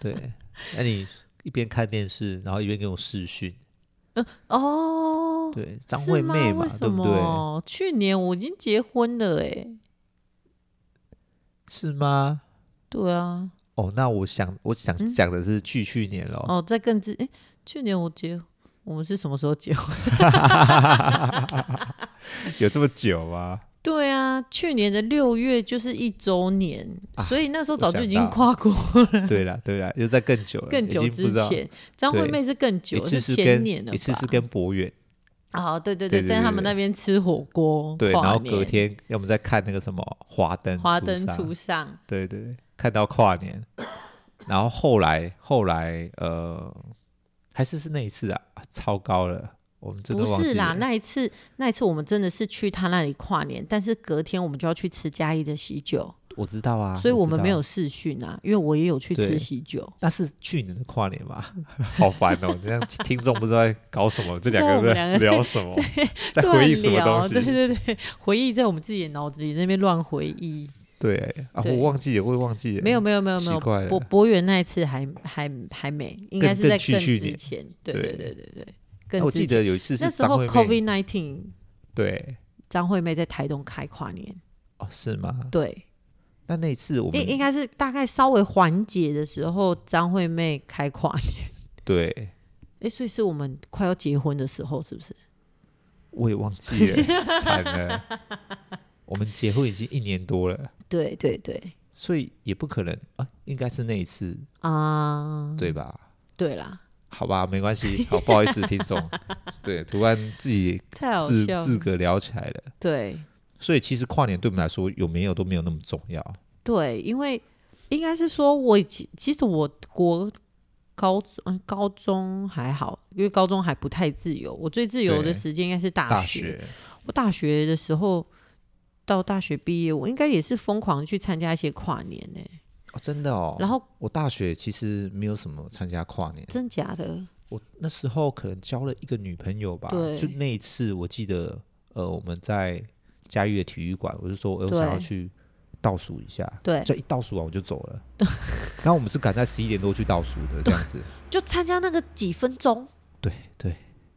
对，那你一边看电视，然后一边跟我视讯，哦，对，张是惠吗妹嘛为，什对不对？么？去年我已经结婚了哎、是吗？对啊，哦，那我想，我想嗯讲的是去去年咯。哦，在更之哎、去年我结，我们是什么时候结婚？有这么久吗？对啊，去年的六月就是一周年，所以那时候啊我早就想已到经了跨过 对了，对了，又在更久了，更已久经不之知道前。张惠对妹是更久一，次是前跟年了吧？一次是跟博远，啊，对对对对，对在对他们对那边吃火锅，对，跨然后隔年天要么在看那个什么华灯花初灯上初上，对对，对看到跨年，然后后来后来呃，还是是那一次啊，啊超高了，我们真的不忘记是啦，了那一次那一次我们真的是去他那里跨年，但是隔天我们就要去吃嘉义的喜酒，我知道啊，所以知我们没道有。试训啊，因为我也有去吃对喜酒。那是去年的跨年吧？好烦哦！这样听众不知道在搞什么，这两不知道我个们两在个在聊什么， 在乱回忆什么聊东西？对对对，回忆在我们自己的脑子里那边乱回忆。对啊，对我忘记了，我也忘记了。没有没有没有没奇有，怪了博博远那一次还还还没，应该更是在更去更去之年前。对对对对对对，哎，更我之记前得有一次那是时张候惠妹， COVID nineteen，对，张惠妹在台东开跨年，哦，是吗？对，那那一次我们应应该是大概稍微缓解的时候，张惠妹开跨年。对，哎，所以是我们快要结婚的时候，是不是？我也忘记 了，惨了。我们结婚已经一年多了，对对对，所以也不可能啊，应该是那一次啊、对吧？对啦，好吧，没关系，好，不好意思，听 众，对，突然自己太好自笑了。自个聊起来了。对所以其实跨年对我们来说有没有都没有那么重要。对，因为应该是说我其其实我国高中嗯高中还好，因为高中还不太自由。我最自由对的时间应该是大学我大学的时候到大学毕业，我应该也是疯狂去参加一些跨年呢、哦，真的哦。然后我大学其实没有什么参加跨年，真假的，我那时候可能交了一个女朋友吧，对就那一次，我记得，呃，我们在嘉义的体育馆，我就说，呃我对想要去倒数一下，对，就一倒数完我就走了。 然后我们是赶在十一点多去倒数的，这样子。 就参加那个几分钟对对，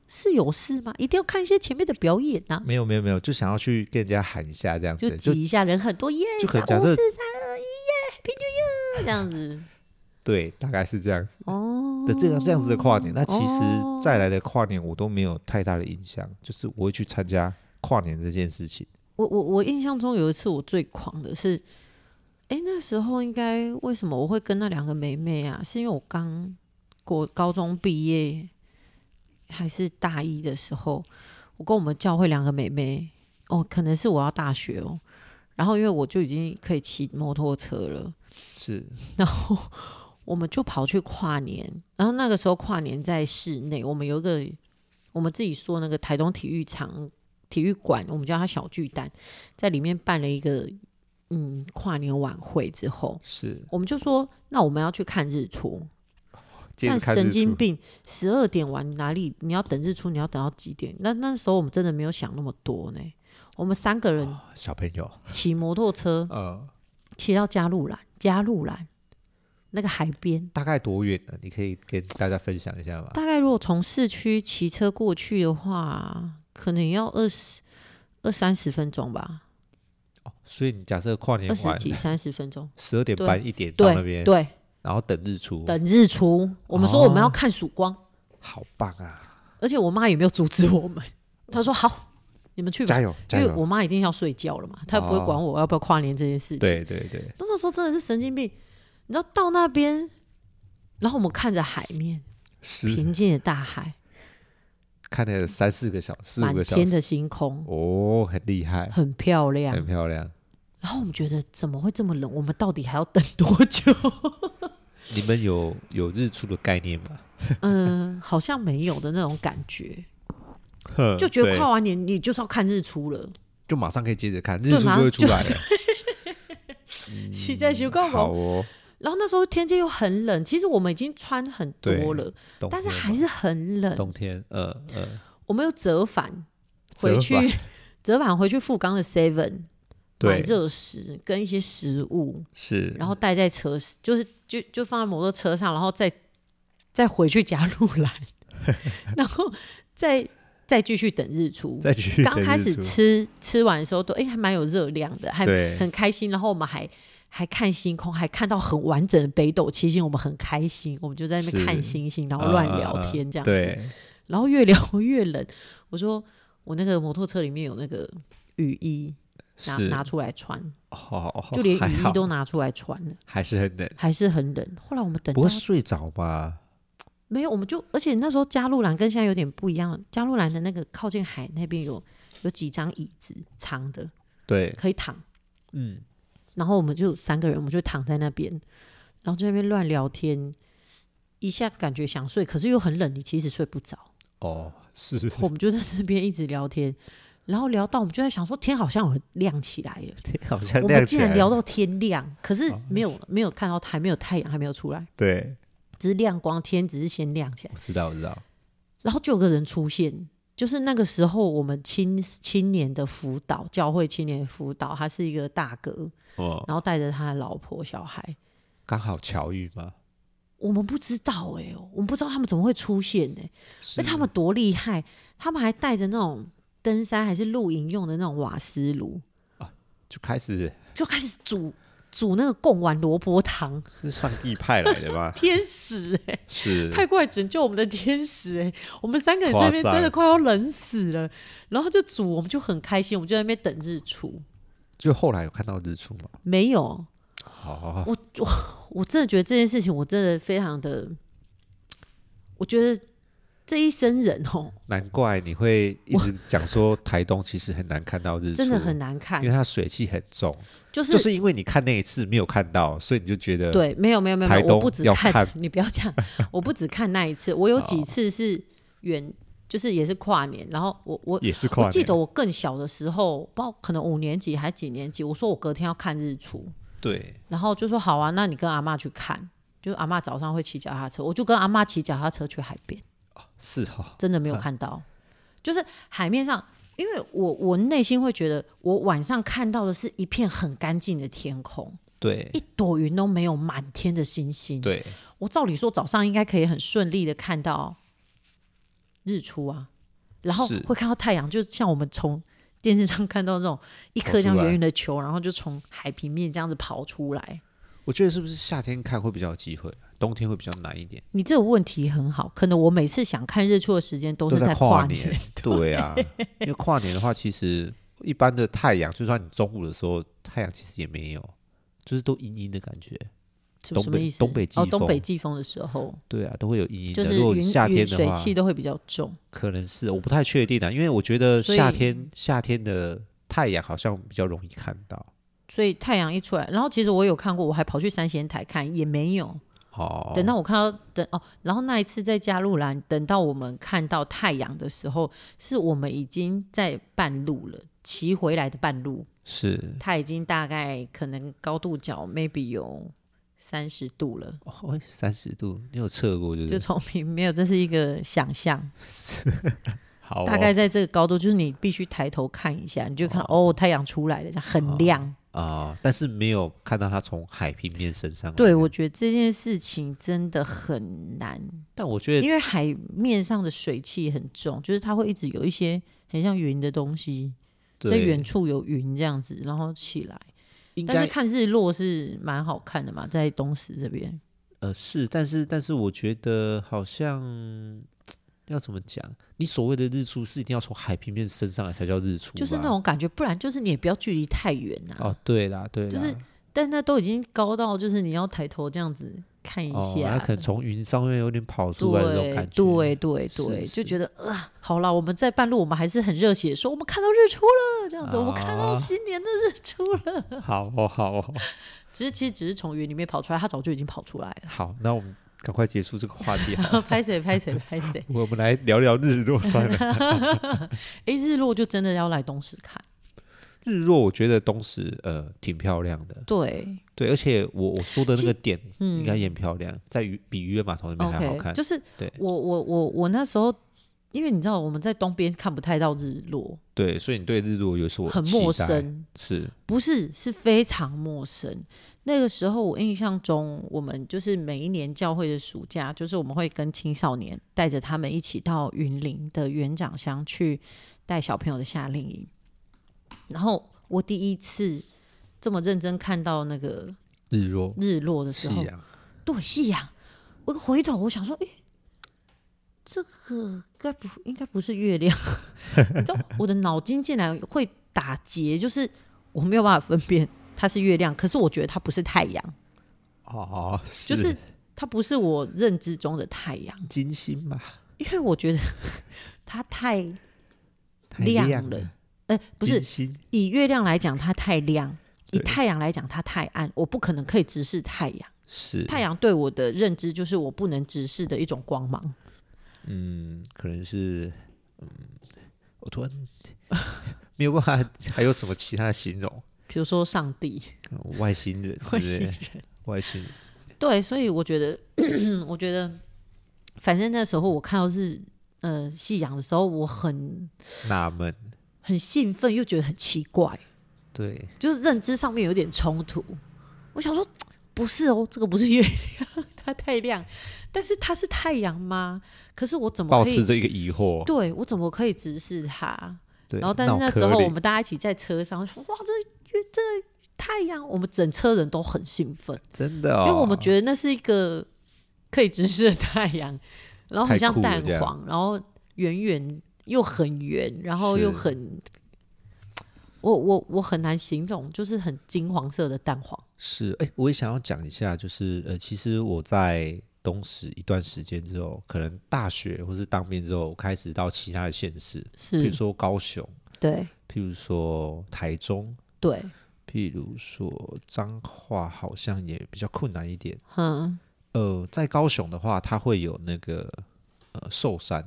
是有事吗？一定要看一些前面的表演呐、没有没有没有，就想要去跟人家喊一下这样就子，就挤一下人很多耶，就可能三假五设四三二一耶，平均耶，这样子对，大概是这样子哦的。这样这样子的跨年，那其哦实再来的跨年我都没有太大的印象，就是我会去参加跨年这件事情。我我我印象中有一次我最狂的是，哎、那时候应该为什么我会跟那两个妹妹啊？是因为我刚国高中毕业还是大一的时候，我跟我们教会两个妹妹，哦，可能是我要大学哦，然后因为我就已经可以骑摩托车了，是然后我们就跑去跨年，然后那个时候跨年在室内，我们有一个我们自己说那个台东体育场体育馆，我们叫它小巨蛋，在里面办了一个嗯跨年晚会之后，是，我们就说那我们要去看日出，接着但看神日经出病，十二点完哪里？你要等日出，你要等到几点？那那时候我们真的没有想那么多呢。我们三个人小朋友，骑摩托车呃，骑到嘉路兰，嘉路兰那个海边，大概多远呢？你可以跟大家分享一下吗？大概如果从市区骑车过去的话，可能要二十二三十分钟吧，哦，所以你假设跨年二十哎晚几三十分钟。十二点对半一点到那对边，哦对，然后等日出，等日出。我们说我们要看曙光，好棒啊！而且我妈也没有阻止我们，她说好，你们去吧加，油因加为油！我妈一定要睡觉了嘛，她也不会管我要不要跨年这件事情。哦对对对，那时候真的是神经病，你知道到那边，然后我们看着海面，是平静的大海，看了三四个小四五满个小天时，的星空，哦，很厉害，很漂亮，很漂亮。然后我们觉得怎么会这么冷？我们到底还要等多 久？你们有有日出的概念吗？嗯，好像没有的那种感觉，哼就觉得呃对跨完年你就是要看日出了。就马上可以接着看，日对出马就会上出就来了。 你在学干嗯好嘛？哦，然后那时候天气又很冷，其实我们已经穿很多了，冬但是天还嘛是很冷。冬天，呃呃，我们又折返折回去返， 折返回去富冈的 Seven 对，买热食跟一些食物，是，然后带在车，就是就就放在摩托车上，然后再再回去加入 兰，然后再再继续等日出。再继续刚等开日始出吃吃完的时候都哎、还蛮有热量的，还对很开心。然后我们还还看星空，还看到很完整的北斗七星，我们很开心。我们就在那边是看星星，然后啊乱啊聊啊天这样子。对，然后越聊越冷，我说我那个摩托车里面有那个雨衣，拿是拿出来穿，好，哦好就连还雨衣好都拿出来穿了，还是很冷，还是很冷。后来我们等不会到睡着吧？没有，我们就而且那时候加路兰跟现在有点不一样了，加路兰的那个靠近海那边有有几张椅子长的对，可以躺，嗯，然后我们就三个人，我们就躺在那边，然后在那边乱聊天。一下感觉想睡，可是又很冷，你其实睡不着。哦，是， 我们就在那边一直聊天， 然后聊到我们就在想说，天好像有 亮起来了。好像我亮们起竟来然聊了，到天亮，可是没有没有看到还没有太阳还没有出来，对，只是亮光，天只是先亮起来我。知道，我知道，然后就有个人出现，就是那个时候我们青青年的辅导教会青年辅导，他是一个大哥，哦，然后带着他的老婆小孩。刚好巧遇嘛，我们不知道哎、我们不知道他们怎么会出现哎、是而且他们多厉害，他们还带着那种登山还是露营用的那种瓦斯炉，就开始就开始煮煮那个贡丸萝卜 汤，？是上帝派来的吧 天使哎、是，派过来拯救我们的天使哎、我们三个人在那边夸张真的快要冷死了，然后他就煮，我们就很开心，我们就在那边等日出。就后来有看到日出哦嘛？没有，好，我我我真的觉得这件事情，我真的非常的，我觉得这一生人哦，难怪你会一直讲说台东其实很难看到日出，真的很，难看因为，它水汽很重，就是、就是因为你看那一次没有看到，所以你就觉得，对，没有没有没有，没台有东我不只要看，看你不要 这样，我不只看那一次，我有几哦次是远，就是也是跨年，然后我我也是跨我年，记得我更小的时候，不知道可能五年级还几年级，我说我隔天要看日出，对，然后就说好啊，那你跟阿嬷去看，就阿嬷早上会骑脚踏车，我就跟阿嬷骑脚踏车去海边，是哈、真的没有看到，就是海面上，因为我我内心会觉得，我晚上看到的是一片很干净的天空，对一朵云都没有，满天的星星。对，我照理说早上应该可以很顺利的看到日出啊，然后是会看到太阳，就像我们从电视上看到那种一颗跑出像圆来圆的球，然后就从海平面这样子跑出来。我觉得是不是夏天看会比较有机会，冬天会比较难一点，你这个问题很好，可能我每次想看日出的时间都都是在跨年，对啊，因为跨年的话，其实一般的太阳，就算你中午的时候太阳其实也没有，就是都阴阴的感觉， 什东什么北意思？东北季哦，东风北季风的时候，对啊，都会有阴阴就的。是如果云你夏天云的水话，汽都会比较重。可能是我不太确定啊，因为我觉得所以夏天夏天的太阳好像比较容易看到所以太阳一出来，然后其实我有看过，我还跑去三仙台看，也没有。哦。等到我看到等哦，然后那一次在加路兰，等到我们看到太阳的时候，是我们已经在半路了，骑回来的半路，是它已经大概可能高度角 maybe 有三十度了，哦，三十度，你有测过就是就从平没有，这是一个想象，好哦、大概在这个高度，就是你必须抬头看一下，你就看到哦太阳出来了，这样很亮。啊、但是没有看到它从海平面升上来。对，我觉得这件事情真的很难，但我觉得因为海面上的水汽很重，就是它会一直有一些很像云的东西。在对远处有云这样子，然后起来。应但该是看日落是蛮好看的嘛，在东石这边。呃是，但是但是我觉得好像要怎么讲，你所谓的日出是一定要从海平面升上来才叫日出吧，就是那种感觉，不然就是你也不要距离太远呐、哦，对啦对啦，就是但那都已经高到，就是你要抬头这样子看一哦，下，它可能从云上面有点跑出来的那种对感觉，对对对，是就是觉得啊、好啦，我们在半路，我们还是很热血，说我们看到日出了，这样子，啊我们看到新年的日出了。好哦，好哦，只是其实只是从云里面跑出来，它早就已经跑出来好，那我们赶快结束这个话题 好了。了。拍谁拍谁拍谁， 我们来聊聊日落算了。哎，日落就真的要来东石看。日落，我觉得东石呃挺漂亮的，对，对，而且我我说的那个点嗯应该也很漂亮，在渔比渔人码头那边还好 OK，看。就是对我我我我那时候因为你知道我们在东边看不太到日落，对，所以你对日落有所很期陌待，生，是不是是非常陌生。那个时候我印象中，我们就是每一年教会的暑假，就是我们会跟青少年带着他们一起到云林的园长乡去带小朋友的夏令营。然后我第一次这么认真看到那个日落日落的时夕候，阳，对，夕阳。我回头，我想说，诶，这个该不应该不是 月亮？你知道，我的脑筋竟然会打结，就是我没有办法分辨它是月亮，可是我觉得它不是太阳，哦，就是它不是我认知中的太阳，金星吧，因为我觉得它太太亮亮了，呃，不是金星以月亮来讲，它太亮；以对太阳来讲，它太暗。我不可能可以直视太阳，是太阳对我的认知就是我不能直视的一种光芒。嗯，可能是嗯，我突然没有办法，还有什么其他的形容？比如说上帝，呃外星人之外类星的，外星人，对，所以我觉得， 我觉得，反正那时候我看到日呃夕阳的时候，我很纳闷，很兴奋，又觉得很奇怪，对，就是认知上面有点冲突。我想说，不是哦，这个不是月亮， 它太亮，但是它是太阳吗？可是我怎么保可持以？着一个疑惑。对我怎么可以直视它？对，然后，但是脑那时壳候里我们大家一起在车上说：“哇，这月这个太阳！”我们整车人都很兴奋。真的、哦，因为我们觉得那是一个可以直视的太 阳，然后很像蛋太酷黄，然后圆圆又很圆，然后是又很，我我我很难形容，就是很金黄色的蛋黄。是，哎、我也想要讲一下，就是呃，其实我在东石一段时间之后，可能大学或是当兵之后，我开始到其他的县市，譬如是，说高雄，对譬如说台中，对，譬如说彰化，好像也比较困难一点。嗯，呃，在高雄的话，它会有那个呃寿山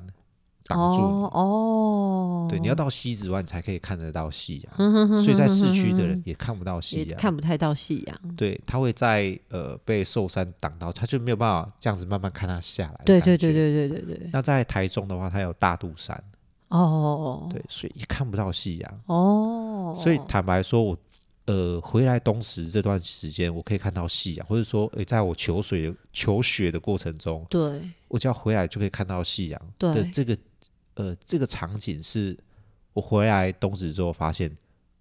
挡住你，哦哦，对，你要到西子湾才可以看得到夕阳，哼哼哼嗯哼所以在市区的人也看不到夕 也阳。看不太到夕阳。对，它会在呃被寿山挡到，它就没有办法这样子慢慢看它下来。对对对。对对对对，那在台中的话，它有大肚山，哦对，所以也看不到夕阳。哦，所以坦白说，我呃回来东石这段时间，我可以看到夕阳，或者说，诶、在我求水求学的过程中，对我只要回来就可以看到夕阳对的这个呃这个场景是，我回来东石之后发现，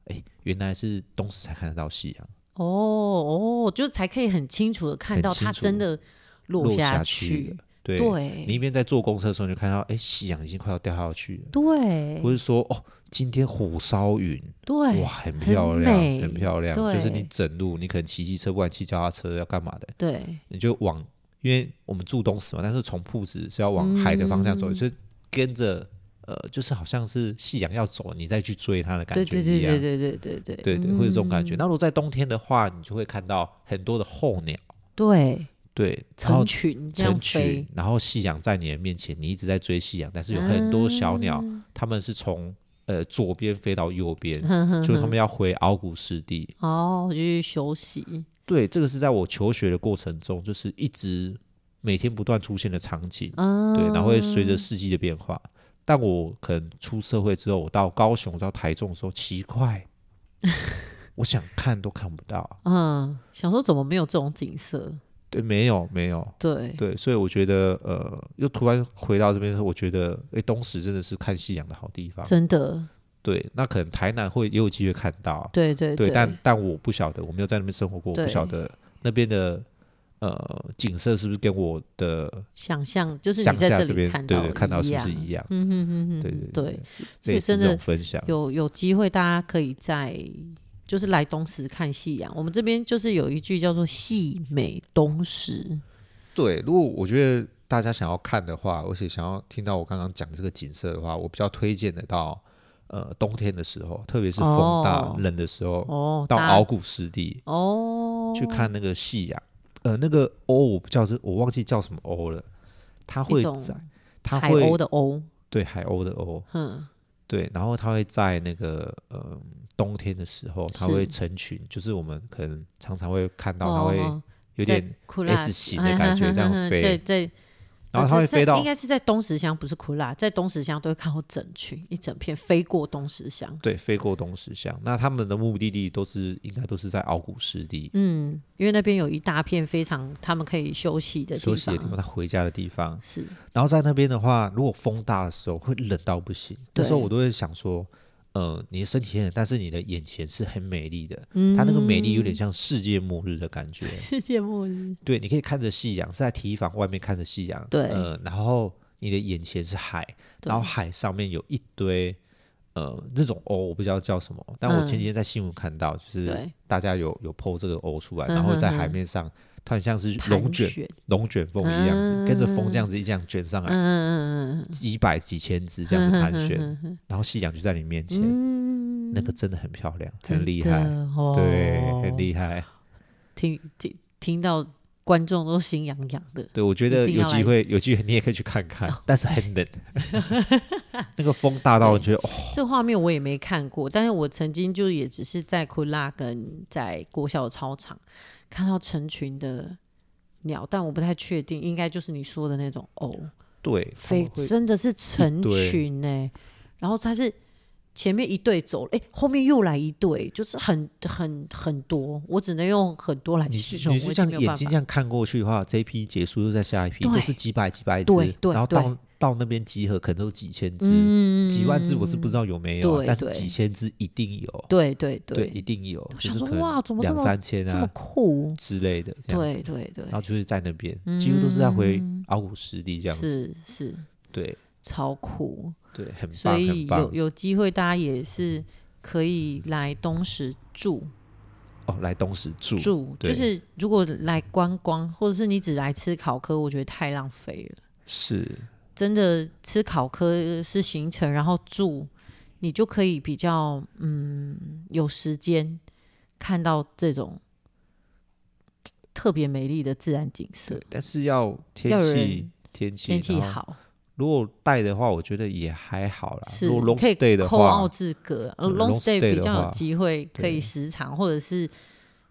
诶、原来是东石才看得到夕阳。哦哦，就才可以很清楚的看很到清它楚真的落落下下去了对，对，你一边在坐公车的时候，你就看到，哎，夕阳已经快要掉下去了，对或是说，哦，今天火烧云，对哇，很漂很亮，美很漂亮。就是你对整路，你可能骑机车，不管骑脚踏车要干嘛的，对你就往，因为我们住东石嘛，但是从铺子是要往海的方向嗯走，就是跟着，呃，就是好像是夕阳要走，你再去追它的感对觉对一对样。对对对对嗯对对，会有这种感觉。那如果在冬天的话，你就会看到很多的候鸟，对，对，然后成群这样成群飞，，然后夕阳在你的面前，你一直在追夕阳，但是有很多啊小鸟，它们是从呃左边飞到右边，就是它们要回敖古湿地。嗯 哦，就去休息，对，这个是在我求学的过程中，就是一直每天不断出现的场景，嗯，对，然后会随着四季的变化。但我可能出社会之后，我到高雄、到台中的时候，奇 怪，我想看都看不到。嗯，想说怎么没有这种景色？对，没有，没有，对对，所以我觉得，呃，又突然回到这边的时候，我觉得，哎、东石真的是看夕阳的好地方。真的，对，那可能台南会也有机会看到，对对对，但但我不晓得，我没有在那边生活过，我不对晓得那边的呃景色是不是跟我的想象就是乡你在下这这里边看对到对看到一是不样是一样？嗯哼哼哼，对哼对对，所类以似真这的种分享，有有机会大家可以在就是来东石看夕阳，我们这边就是有一句叫做“夕美东石对，如果我觉得大家想要看的话，而且想要听到我刚刚讲这个景色的话，我比较推荐的到呃冬天的时候，特别是风大、哦冷的时”，候，哦，到大敖古湿地。哦，去看那个夕阳，呃，那个鸥我不叫这，我忘记叫什么鸥了，它会一种在，它海会鸥的鸥，对海鸥的鸥，嗯，对，然后它会在那个呃冬天的时候，它是会成群，就是我们可能常常会看到它哦，会有点酷 S 型的感觉这样飞对，在然后它呃会这飞这到应该是在东石乡，不是库拉，在东石乡都会看到整群一整片飞过东石乡。对飞过东石乡。那他们的目的地都是应该都是在鳌骨湿地嗯，因为那边有一大片非常他们可以休息的地休方，息的地方，他回家的地方。是然后在那边的话，如果风大的时候会冷到不行，那对时候我都会想说，呃，你的身体很冷，但是你的眼前是很美丽的，嗯它那个美丽有点像世界末日的感觉。世界末日。对，你可以看着夕阳，是在体育房外面看着夕阳，对呃，然后你的眼前是海，对然后海上面有一堆。呃，那种鸥我不知道叫什么，但我前几天在新闻看到，就是嗯对大家有有 PO 这个鸥出来，嗯哼然后在海面上，它很像是龙盘卷旋，龙卷风一样子，嗯跟着风这样子一这样卷上嗯来，嗯嗯嗯嗯，几百几千只这样子盘旋， 嗯嗯然后夕阳就在你面前，嗯那个真的很漂亮，真很厉的害，哦、对，很厉害。听听听到观众都心痒痒的，对，我觉得一定有要哦机来会，有机会你也可以去看看，但是很冷， 那个风大到你觉得哦，这画面我也没看过，但是我曾经就也只是在库拉跟在国小操场看到成群的鸟，但我不太确定，应该就是你说的那种哦，对，他飞们会真的是成群呢、然后它是前面一队走了，哎，后面又来一队，就是很很很多，我只能用很多来你形是容，你我是已这经样没有眼办睛法这。样看过去的话，这一批结束又在下一批，都对是几百几百只对，对然后到对到那边集合可能都几千只、嗯几万只，我是不知道有没有啊，对但是对几千只一定有，对对对，对，一定有，就想是说可哇能怎么这两么三千这么啊酷，之类的这样子。对对对嗯然，后就是在那边，几乎都是在回鳌骨湿地这样子。是是对超酷。对，很所棒，以很有棒。嗯有机会，大家也是可以来东石住哦，来东石住，住，就对是如果来观光，或者是你只来吃烤科，我觉得太浪费了。是真的吃烤科是行程，然后住，你就可以比较嗯有时间看到这种特别美丽的自然景色对，，但是要天要气有人，天气，天气然后。好如果带的话，我觉得也还好啦。是啊如果 long 可以 stay 的扣奥话，字格呃嗯，long ，long stay stay 比的较有话机会可以对时长或者是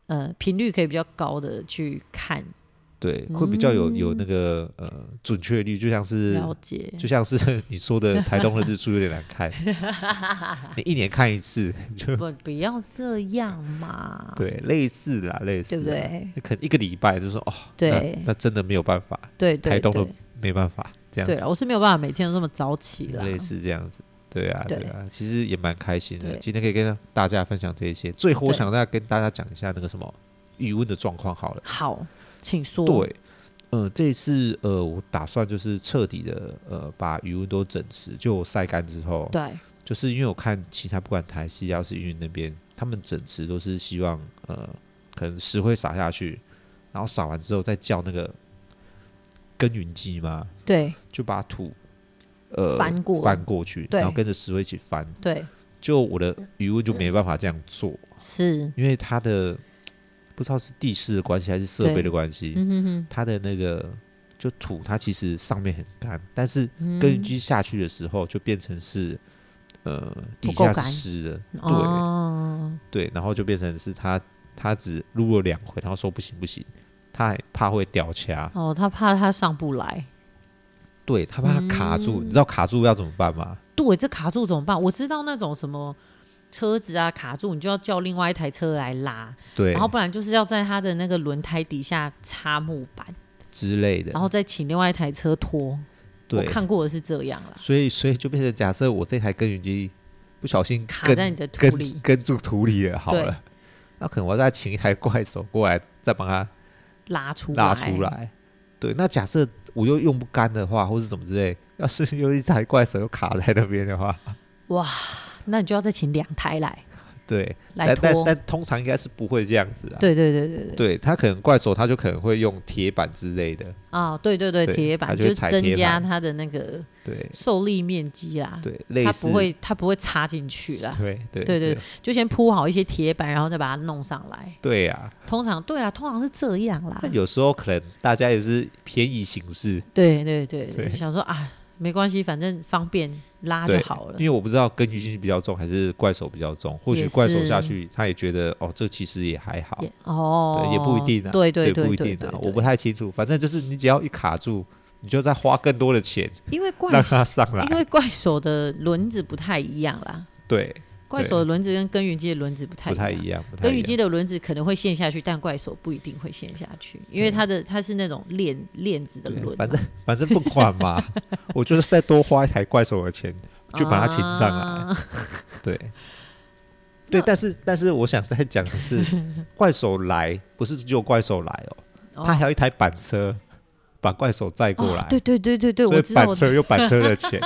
呃频率可以比较高的去看对，会比较有有那个呃准确率，就像是嗯了解。就像是 你说的，台东的日出有点难看，你一年看一次， 不，不要这样嘛，对，类似啦，类似，对不？对？可能一个礼拜就说哦，对那，那真的没有办法，对对台东的对没办法，这样对了，我是没有办法每天都这么早起啦。类似这样子。对啊，对对啊，其实也蛮开心的对。今天可以跟大家分享这一些。最后，我对想再跟大家讲一下那个什么余温的状况好了。好，请说。对，呃，这一次呃，我打算就是彻底的呃，把余温都整池，就我晒干之后，对就是因为我看其他不管台西还是云林那边，他们整池都是希望呃，可能石灰撒下去，然后撒完之后再叫那个耕耘机嘛，对就把土呃翻过翻过去，对然后跟着石灰一起翻。对，就我的余温就没办法这样做，是，因为它的不知道是地势的关系还是设备对的关系，嗯哼哼它的那个就土，它其实上面很干，但是嗯，耕耘机下去的时候就变成是、呃底不够下干是湿的，对、哦，对，然后就变成是它它只撸了两回，然后说不行不行，它还怕会掉卡，哦，他怕他上不来，对，它怕它卡住，嗯你知道卡住要怎么办吗？对，这卡住怎么办？我知道那种什么车子啊卡住，你就要叫另外一台车来拉，对，然后不然就是要在它的那个轮胎底下插木板，之类的，然后再请另外一台车拖。我对，看过的是这样啦，所以所以就变成假设我这台耕耘机不小心卡跟在你的土跟里。跟住土里了，好对了，那可能我要再请一台怪手过来再帮它。拉出拉出。来。对，那假设我又用不干的话，或是怎么之类，要是又一台怪手又卡在那边的话，哇，那你就要再请两台来对，来但但拖。但通常应该是不会这样子啊。对对对对对，对，他可能怪手他就可能会用铁板之类的，啊，对对对，对铁板它就就会是踩增铁加板它的那个对受力面积啦，对，类它似啊不会它不会插进去啦，对对对对对就先铺好一些铁板，然后再把它弄上来。对啊。通常对啊，通常是这样啦那。有时候可能大家也是便宜行事，对对对对，对想说啊，没关系，反正方便拉啊就对好了因。为我不知道根据性比较重还是怪手比较重，或也许怪手是下去他也觉得哦，这其实也还好，也哦，哦对，也不一定啊，对对不对一对定对啊，，对我不太清楚。反正就是你只要一卡住，你就再花更多的钱因为怪让它上来因。为怪手的轮子不太一样啦，对，怪手的轮子跟耕耘机的轮子不太不太样一。样，不太耕一耘机样。的轮子可能会陷下去，但怪手不一定会陷下去，因为它的它是那种链链子的对轮，啊反正反正不管 嘛，我就是再多花一台怪手的钱，就把它请上来啊对，那对，但是但是我想再讲的 是，怪手来不是只有怪手来哦，哦他还有一台板车把怪手载过来，哦对对对对对，所我以知道，板我车有板车的钱，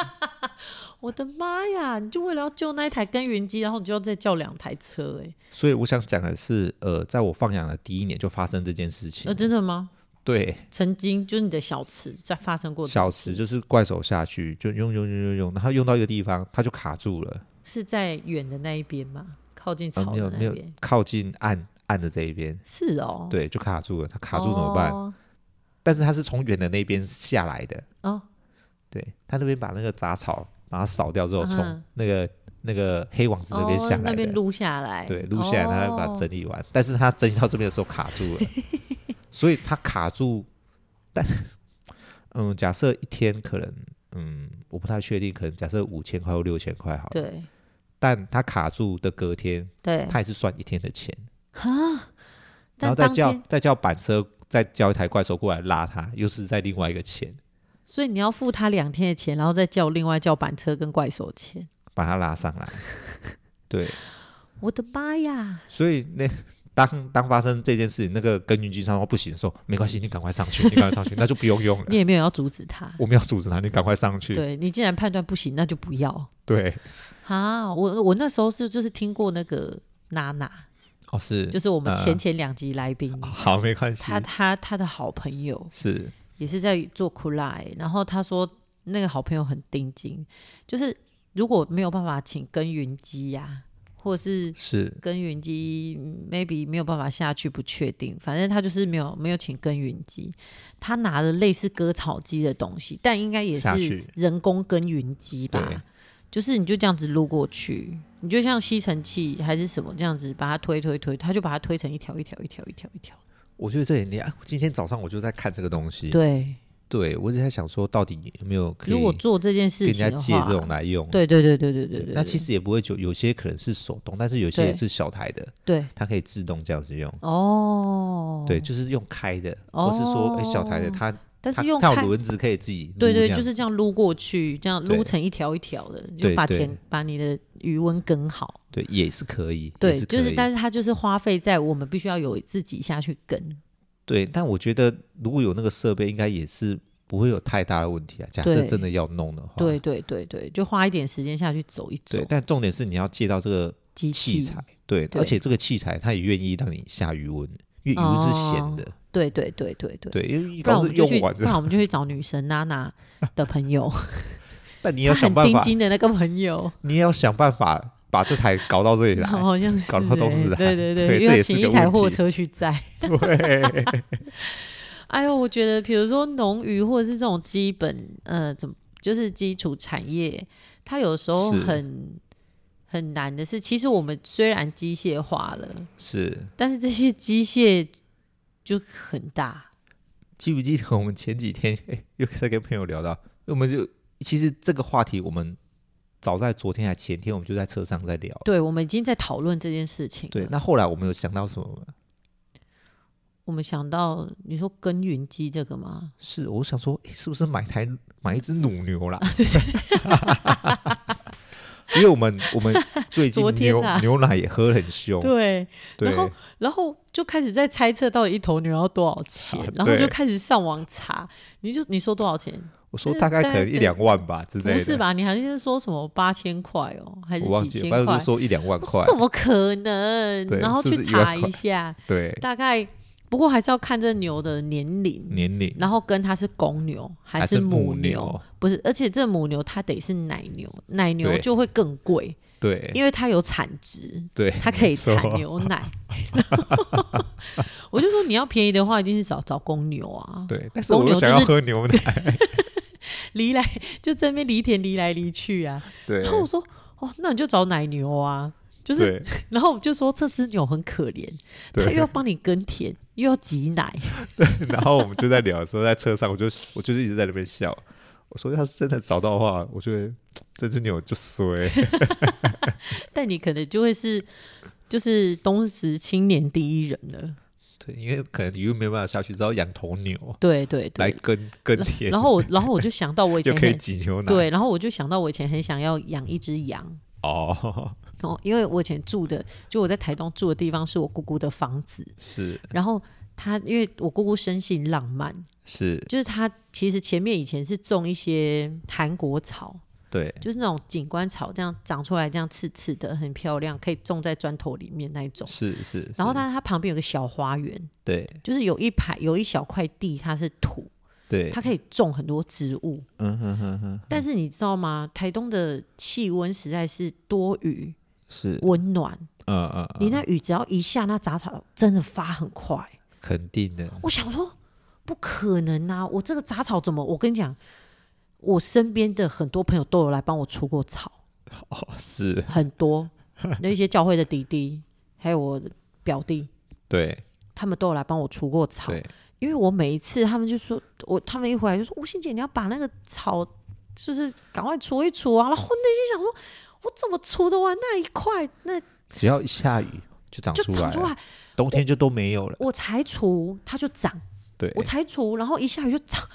我的妈呀！你就为了要救那一台耕耘机，然后你就要再叫两台车、欸，所以我想讲的是，呃，在我放养的第一年就发生这件事情，呃，真的吗？对，曾经就是你的小池在发生过这小种时事，就是怪手下去就用用用用用，然后用到一个地方它就卡住了，是在远的那一边吗？靠近呃草没的有没那有边？靠近岸岸的这一边，是哦，，对，就卡住了，它卡住怎么办？哦但是它是从远的那边下来的，哦对他那边把那个杂草把它扫掉之后，嗯从、哼那个那个黑网子那边哦下来的，那边撸下来，对，撸下来，他把它哎哦整理完。但是他整理到这边的时候卡住了，所以他卡住。但嗯，假设一天可能嗯，我不太确定，可能假设五千块或六千块好了，对但他卡住的隔天，对他也是算一天的钱，啊，然但后再当叫天，再叫板车。再叫一台怪兽过来拉他，又是在另外一个钱所以你要付他两天的钱，然后再叫另外叫板车跟怪手钱。把他拉上来。对，我的妈呀！所以那 当当发生这件事情，那个耕耘机上说不行的时候，没关系，你赶快上去， 你赶快上去，那就不用用你 了。也没有要阻止他，我们要阻止他，你赶快上去。对你既然判断不行，那就不要对啊！我我那时候是就是听过那个娜娜，哦是，就是我们呃前前两集来宾，好没关系，他他他的好朋友是也是在做苦赖，然后他说那个好朋友很盯紧，就是如果没有办法请耕耘机呀、或是是耕耘机嗯 maybe 没有办法下去，不确定。反正他就是没有没有请耕耘机，他拿了类似割草机的东西，但应该也下是去人工耕耘机对吧？就是你就这样子撸过去，你就像吸尘器还是什么这样子把它推推推，他就把它推成一条一条一条一条一条。我觉得这点你啊，今天早上我就在看这个东西，对，对我一直在想说，到底有没有可以如果做这件跟事人家情的借话这，种来用？对对对对对对对，那其实也不会久，有些可能是手动，但是有些对也是小台的，对它可以自动这样子用。哦，对，，就是用开的，或是说哎小台的哦它但它是用它开有轮子可以自己对撸这对，样就是这样撸过去，这样对撸成一条一条的，就对把对田把你的余温耕好。对，也是可以，也对，是就可是，以但是它就是花费在我们必须要有自己下去耕。对，但我觉得如果有那个设备，应该也是不会有太大的问题啊。假设对真的要弄的话，对对对对，就花一点时间下去走一哦走对，但重点是你要借到这个机器器材，对，对而且这个器材它也愿意让你下余温，因为余温是咸的，对对对对哦对，对。因为不然光我是们就用去，完不之后，然我们就去找女神娜娜的朋友， 但你也她要想很办钉 法，金的那个 朋友，你也要想办法把这台搞到这里来， 好像是啊搞到东欸西来对对对这因为也要是请个一台问货题车去载。对，哎呦，我觉得比如说农渔或者是这种基本呃，怎么就是基础产业，它有时候是很很难的是，其实我们虽然机械化了， 是。但是这些机械就很大。记不记得我们前几天、 哎又在跟朋友聊到，我们就其实这个话题我们早在昨天还前天我们就在车上在聊，对，我们已经在讨论这件事情对，了。那后来我们有想到什么吗？我们想到你说耕耘机这个吗？是，我想说，诶是不是买台买一只乳牛啊啦？ 因为我们我们最近 昨天牛、啊牛奶也喝很凶，对，对然后然后就开始在猜测到底一头牛要多少钱，啊然后对就开始上网查。你就你说多少钱？我说大概可能一两万吧之类的，嗯不是吧？你好像是说什么八千块哦，还是我忘几记了，千反正块就？说一两万块我说，怎么可能对？然后是不去是查1万块一下，对，大概不过还是要看这牛的年龄，年龄然后跟它是公牛还嗯是是母牛，不是，而且这母牛它得是奶牛，奶牛对就会更贵，对因为它有产值，对，它可以没错产牛奶。 我就说你要便宜的话，一定是找找公牛啊，对，但是我公又牛想就要是喝牛奶，离来就这边离田离来离去啊，对 然，后我说：“哦，那你就找奶牛啊。”就是，对 然后我们就说这只牛很可怜，它又要对。帮你耕田，又要挤奶， 然后我们就在聊的时候，在车上，我就我就是一直在那边笑。我说要是真的找到的话，我觉得这只牛就衰。但你可能就会是就是东时青年第一人了。 对，因为可能你又没办法下去，只好养头牛对对来对。耕耕田，然后我，然后我就想到我以就 前可以很挤牛奶。对，然后我就想到我以前很想要养一只羊。 哦，哦，因为我以前住的，就我在台东住的地方是我姑姑的房子，是然后她因为我姑姑生性浪漫，是，就是她其实前面以前是种一些韩国草，对，就是那种景观草，这样长出来这样刺刺的，很漂亮，可以种在砖头里面那一种。是是。然后是它它旁边有个小花园，对就是有一排有一小块地，它是土，对，它可以种很多植物。嗯哼哼哼，但是你知道吗？台东的气温实在是多雨是，温暖，嗯嗯，你嗯那雨只要一下，那杂草真的发很快。肯定的。我想说，不可能啊！我这个杂草怎么？我跟你讲，我身边的很多朋友都有来帮我除过草，哦是，很多那一些教会的弟弟，还有我的表弟，对他们都有来帮我除过草。对，因为我每一次他们就说，我他们一回来就说，吴欣姐，你要把那个草就是赶快除一除啊！然后我内心想说，我怎么除得完那一块？那只要一下雨就长就出来长了，出来，冬天就都没有了。我才除它就长。对我才除，然后一下雨就长，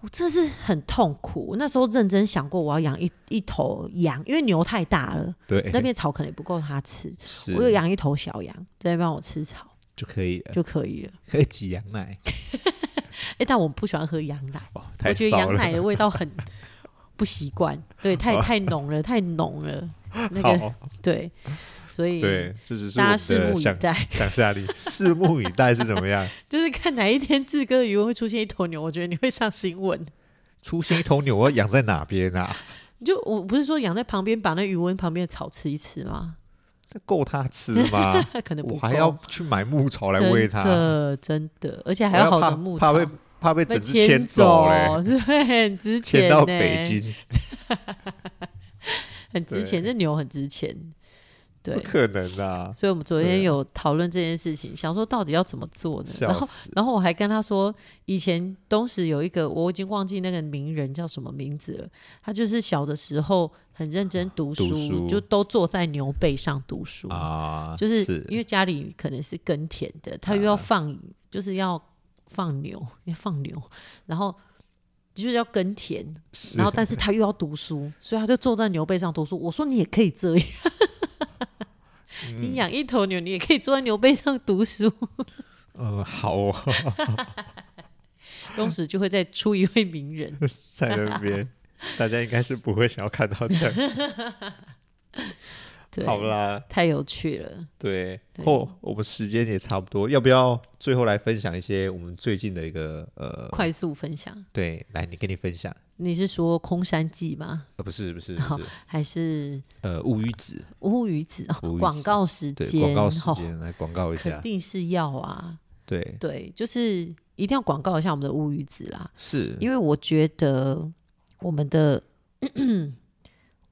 我真的是很痛苦。我那时候认真想过，我要养一一头羊，因为牛太大了，对，那边草可能也不够它吃，是我就养一头小羊，在那边帮我吃草就可以了，就可以了。可以挤羊奶，哎、但我不喜欢喝羊奶，哦，我太觉得少羊了奶，的味 道很不习惯，对，哦太太浓了，太浓 了，那个好，对，所以对，这只是我大家们拭的目想以待，想象力， 拭目以待是怎么样？ 就是看哪一天志哥的鱼会出现一头牛，我觉得你会上新闻。出现一头牛，我要养在哪边啊？你就我不是说养在旁边，把那余温旁边的草吃一吃吗？ 那够它吃吗？那可能不我够还要去买牧草来喂它，真的真的，而且我还有好怕的牧怕草被怕被整只牵走 嘞，是会很值钱、牵呢。到北京，很值钱，这牛很值钱，对不。可能啊！所以我们昨对天啊有讨论这件事情，想说到底要怎么做呢？ 然笑后，死，然后我还跟他说，以前东石有一个我已经忘记那个名人叫什么名字了，他就是小的时候很认真读书，读书就都坐在牛背上读书啊，就是是因为家里可能是耕田的，他啊又要放，就是要放牛，要放牛，然后就是要耕田，然后但是他又要读书，所以他就坐在牛背上读书。我说你也可以这样，你养一头牛，你也可以坐在牛背上读书。呃嗯，好哦，当时就会再出一位名人， 在那边，大家应该是不会想要看到这样。 对，好，啦，太有趣了。对，对后我们时间也差不多，要不要最后来分享一些我们最近的一个呃，快速分享，对，来，你跟你分享，你是说空山记吗？呃，不是不是好不是，还是呃，乌鱼子，乌鱼子？哦乌鱼广子告时对，间，广告时哦间来广告一肯下，定是要啊。对，对，就是一定要广告一下我们的乌鱼子啦，是，因为我觉得我们的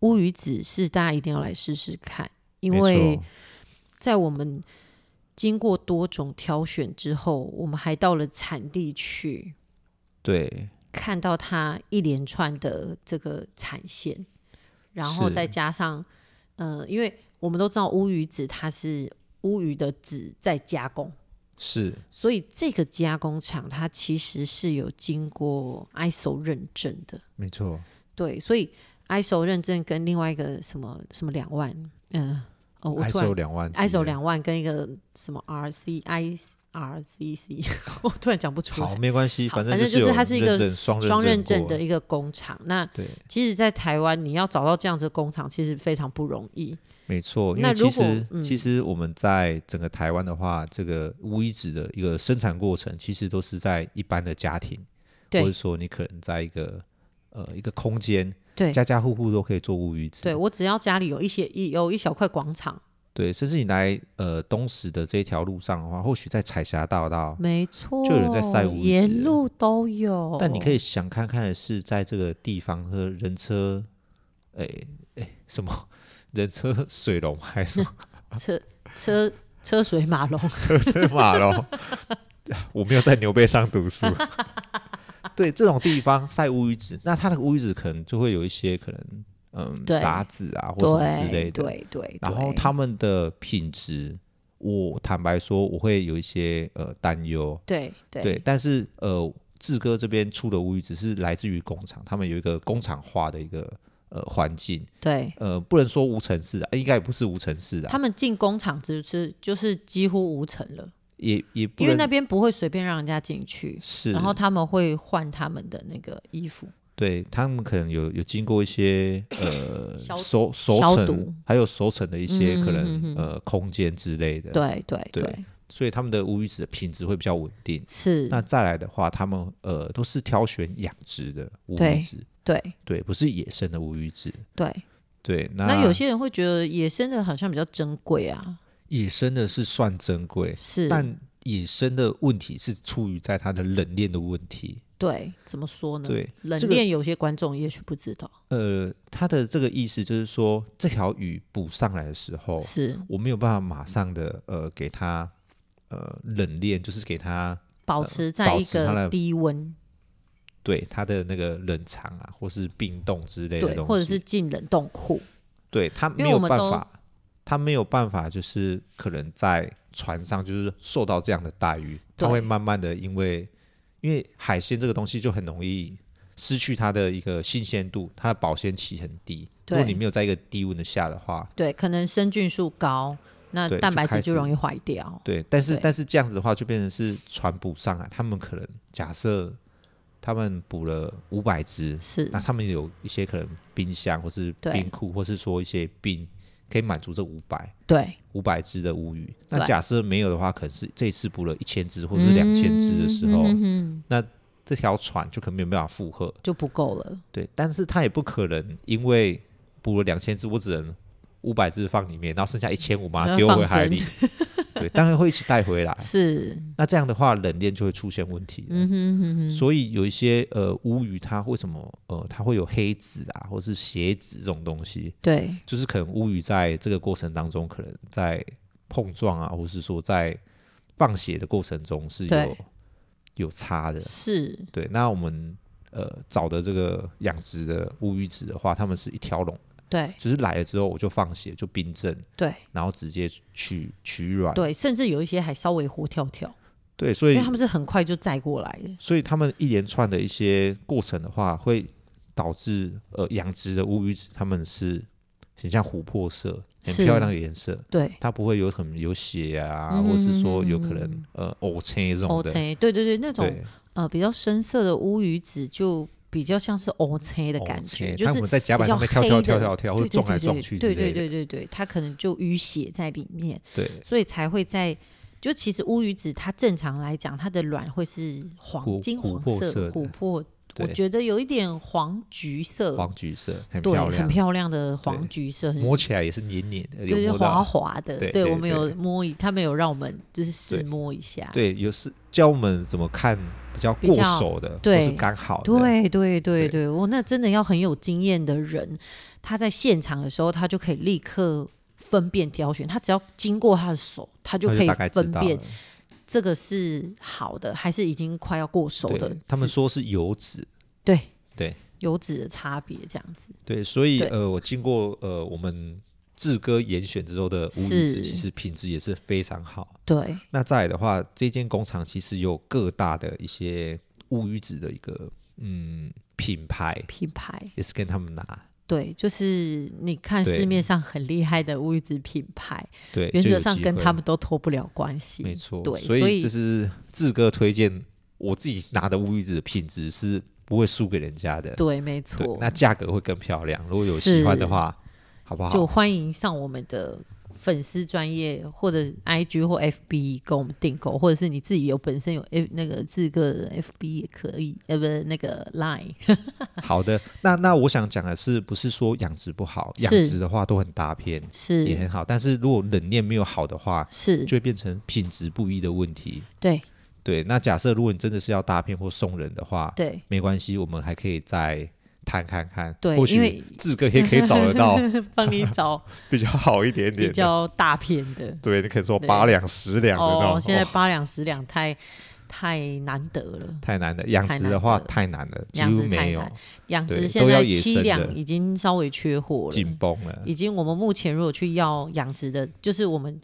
乌鱼子是大家一定要来试试看，因没为错在我们经过多种挑选之后，我们还到了产地去对看到它一连串的这个产线，然后是再加上呃，因为我们都知道乌鱼子它是乌鱼的籽在加工。是所以这个加工厂它其实是有经过 ISO 认证的，没错，对，所以 ISO 认证跟另外一个什么什么两万，嗯、哦，我突然，ISO 两万 ISO 两万跟一个什么 RCI RCC，我 突然讲不出好，来，没关系，好反正正就是有它是一个认证双双认证证过的，一个工厂。那对，其实，在台湾你要找到这样子的工厂，其实非常不容易。没错。因那为如其果实、嗯其实我们在整个台湾的话，这个乌衣纸的一个生产过程，其实都是在一般的家庭，或对者说你可能在一个呃一个空间，对家家户户都可以做乌鱼子，对我只要家里有一些一有一小块广场，对甚至你来呃东石的这一条路上的话，或许在彩霞大道。没错，就有人在晒乌鱼子沿路都有。但你可以以想呃看看的是，在这个地方和人车，哎哎什么 人车水龙还是什么车车车水马龙，车水马龙？ 我没有在牛背上读书。对这种地方晒乌鱼子，那它的乌鱼子可能就会有一些可能，嗯，对杂质啊或什么之类对的。对对，然对后他们的品质，我坦白说，我会有一些呃担忧。对对对，但是呃，志哥这边出的乌鱼子是来自于工厂，他们有一个工厂化的一个呃环境，对，呃，不能说无尘室啊，应该也不是无尘室啊，他们进工厂就是就是几乎无尘了，也也不因为那能边不会随便让人家进去，是，然后他们会换他们的那个衣服，对他们可能有有经过一 些呃消熟熟消毒成，还有熟成的一些嗯可嗯能、嗯嗯呃空间之类的，，对对对所以他们的乌鱼子的品质会比较稳定。是，那再来的话，他们呃都是挑选养殖的乌对鱼子，对对，不是野生的乌鱼子。对。对，那那有些人会觉得野生的好像比较珍贵啊，野生的是算珍贵，是，但野生的问题是出于在它的冷链的问题。对，怎么说呢？对，冷这个链有些观众也许不知道，呃，它的这个意思就是说，这条鱼捕上来的时候，是我没有办法马上的呃给它呃冷链，就是给它保持在呃保一持它个的低温，对它的那个冷藏啊，或是冰冻之类的对，东西，或者是进冷冻库，对它因为没有我们办都法，它没有办法，就是可能在船上就是受到这样的待遇，它对会慢慢的因为因为海鲜这个东西就很容易失去它的一个新鲜度，它的保鲜期很低。如果对你没有在一个低温的下的话，对，可能生菌数高，那对蛋就白质开就始容易坏掉，对，但是对但是这样子的话，就变成是船捕上来，他们可能假设他们捕了五百只，是那他们有一些可能冰箱或是对冰库，或是说一些冰可以满足这五百对五百只的乌鱼。那对假设没有的话，可能是这一次捕了一千只或是两千只的时候，嗯嗯嗯嗯这条船就可能没有办法负荷。就不够了，对，但是它也不可能因为捕了两千只，我只能五百只放里面，然后剩下一千五把它要丢放回海生里。对，当然会一起带回来。是，那这样的话，冷链就会出现问题了。嗯哼哼哼，所以有一些呃乌鱼，它为什么呃它会有黑子啊，或是血子这种东西，对就是可能乌鱼在这个过程当中，可能在碰撞啊，或是说在放血的过程中是有对有差的。是，对，那我们呃找的这个养殖的乌鱼子的话，他们是一条龙，对就是来了之后我就放血，就冰镇，对然后直接取取卵。对，甚至有一些还稍微活跳跳，对，所因以为他们是很快就载过来的，所以他们一连串的一些过程的话，会导致呃养殖的乌鱼子，它们是很像琥珀色，很是漂亮的颜色，对它不会有什么有血啊，嗯或是说有可能呃藕青这种的， ，OK，对对对，那种对，呃比较深色的乌鱼子就比较像是 OK 的感觉，藕青就它是可能在甲板上面比跳跳较黑的跳跳跳，或者对对撞来对对撞去之类对的，对对对对，它可能就淤血在里面，对所以才会在。就其实乌鱼子，它正常来讲，它的卵会是黄琥金琥黄珀色、色的琥珀，我对觉得有一点黄橘色，黄橘色很对，漂很亮，漂亮对的黄橘色，很摸起来也是黏黏的，对有对摸滑到。滑的，对对对我们有对摸一，他们有让我们就是试对摸一下，对，有是教我们怎么看比较比过较手的，或对是刚好的，对对对对对，我那真的要很有经验的人，他在现场的时候，他就可以立刻分辨挑选，他只要经过他的手，他就那可以大概知分道辨了。这个是好的还是已经快要过熟的对籽。，他们说是油脂，对对油脂的差别这样子，对，所以对呃，我经过呃我们志哥严选之后的乌鱼子，是其实品质也是非常好。对那再来的话，这间工厂其实有各大的一些乌鱼子的一个嗯品牌，品牌，也是跟他们拿。对，就是你看对市面上很厉害的乌鱼子品牌，对，原就有则上机跟会他们都脱不了关系，没错。对所所以以这是志哥推荐我自己拿的乌鱼子的品质是不会输给人家的。对，没对错，那价格会更漂亮。如果有喜欢的是话，好不好？就欢迎上我们的粉丝专业或者 IG 或 FB 跟我们订购，或者是你自己有本身有 F 那个自个的 FB 也可以，呃，不是那个 Line 好的，那那我想讲的是，不是说养殖不好？是养殖的话都很搭片，也是很好。但是如果冷链没有好的话，是，就会变成品质不一的问题。对对，那假设如果你真的是要搭片或送人的话，对没关系，我们还可以再谈看看，对或因许为志哥也可以找得到 帮你找比较好一点点比的，较大片的。对你可以说对八两十 两的那哦种，，现在哦八两十两太太难得了，太难了，养太殖难的话得了太难了，几养乎殖太没有难养对殖现都要在野七生两的已经稍微缺货了，紧绷了，已经我们目前如果去要养殖的，就是我们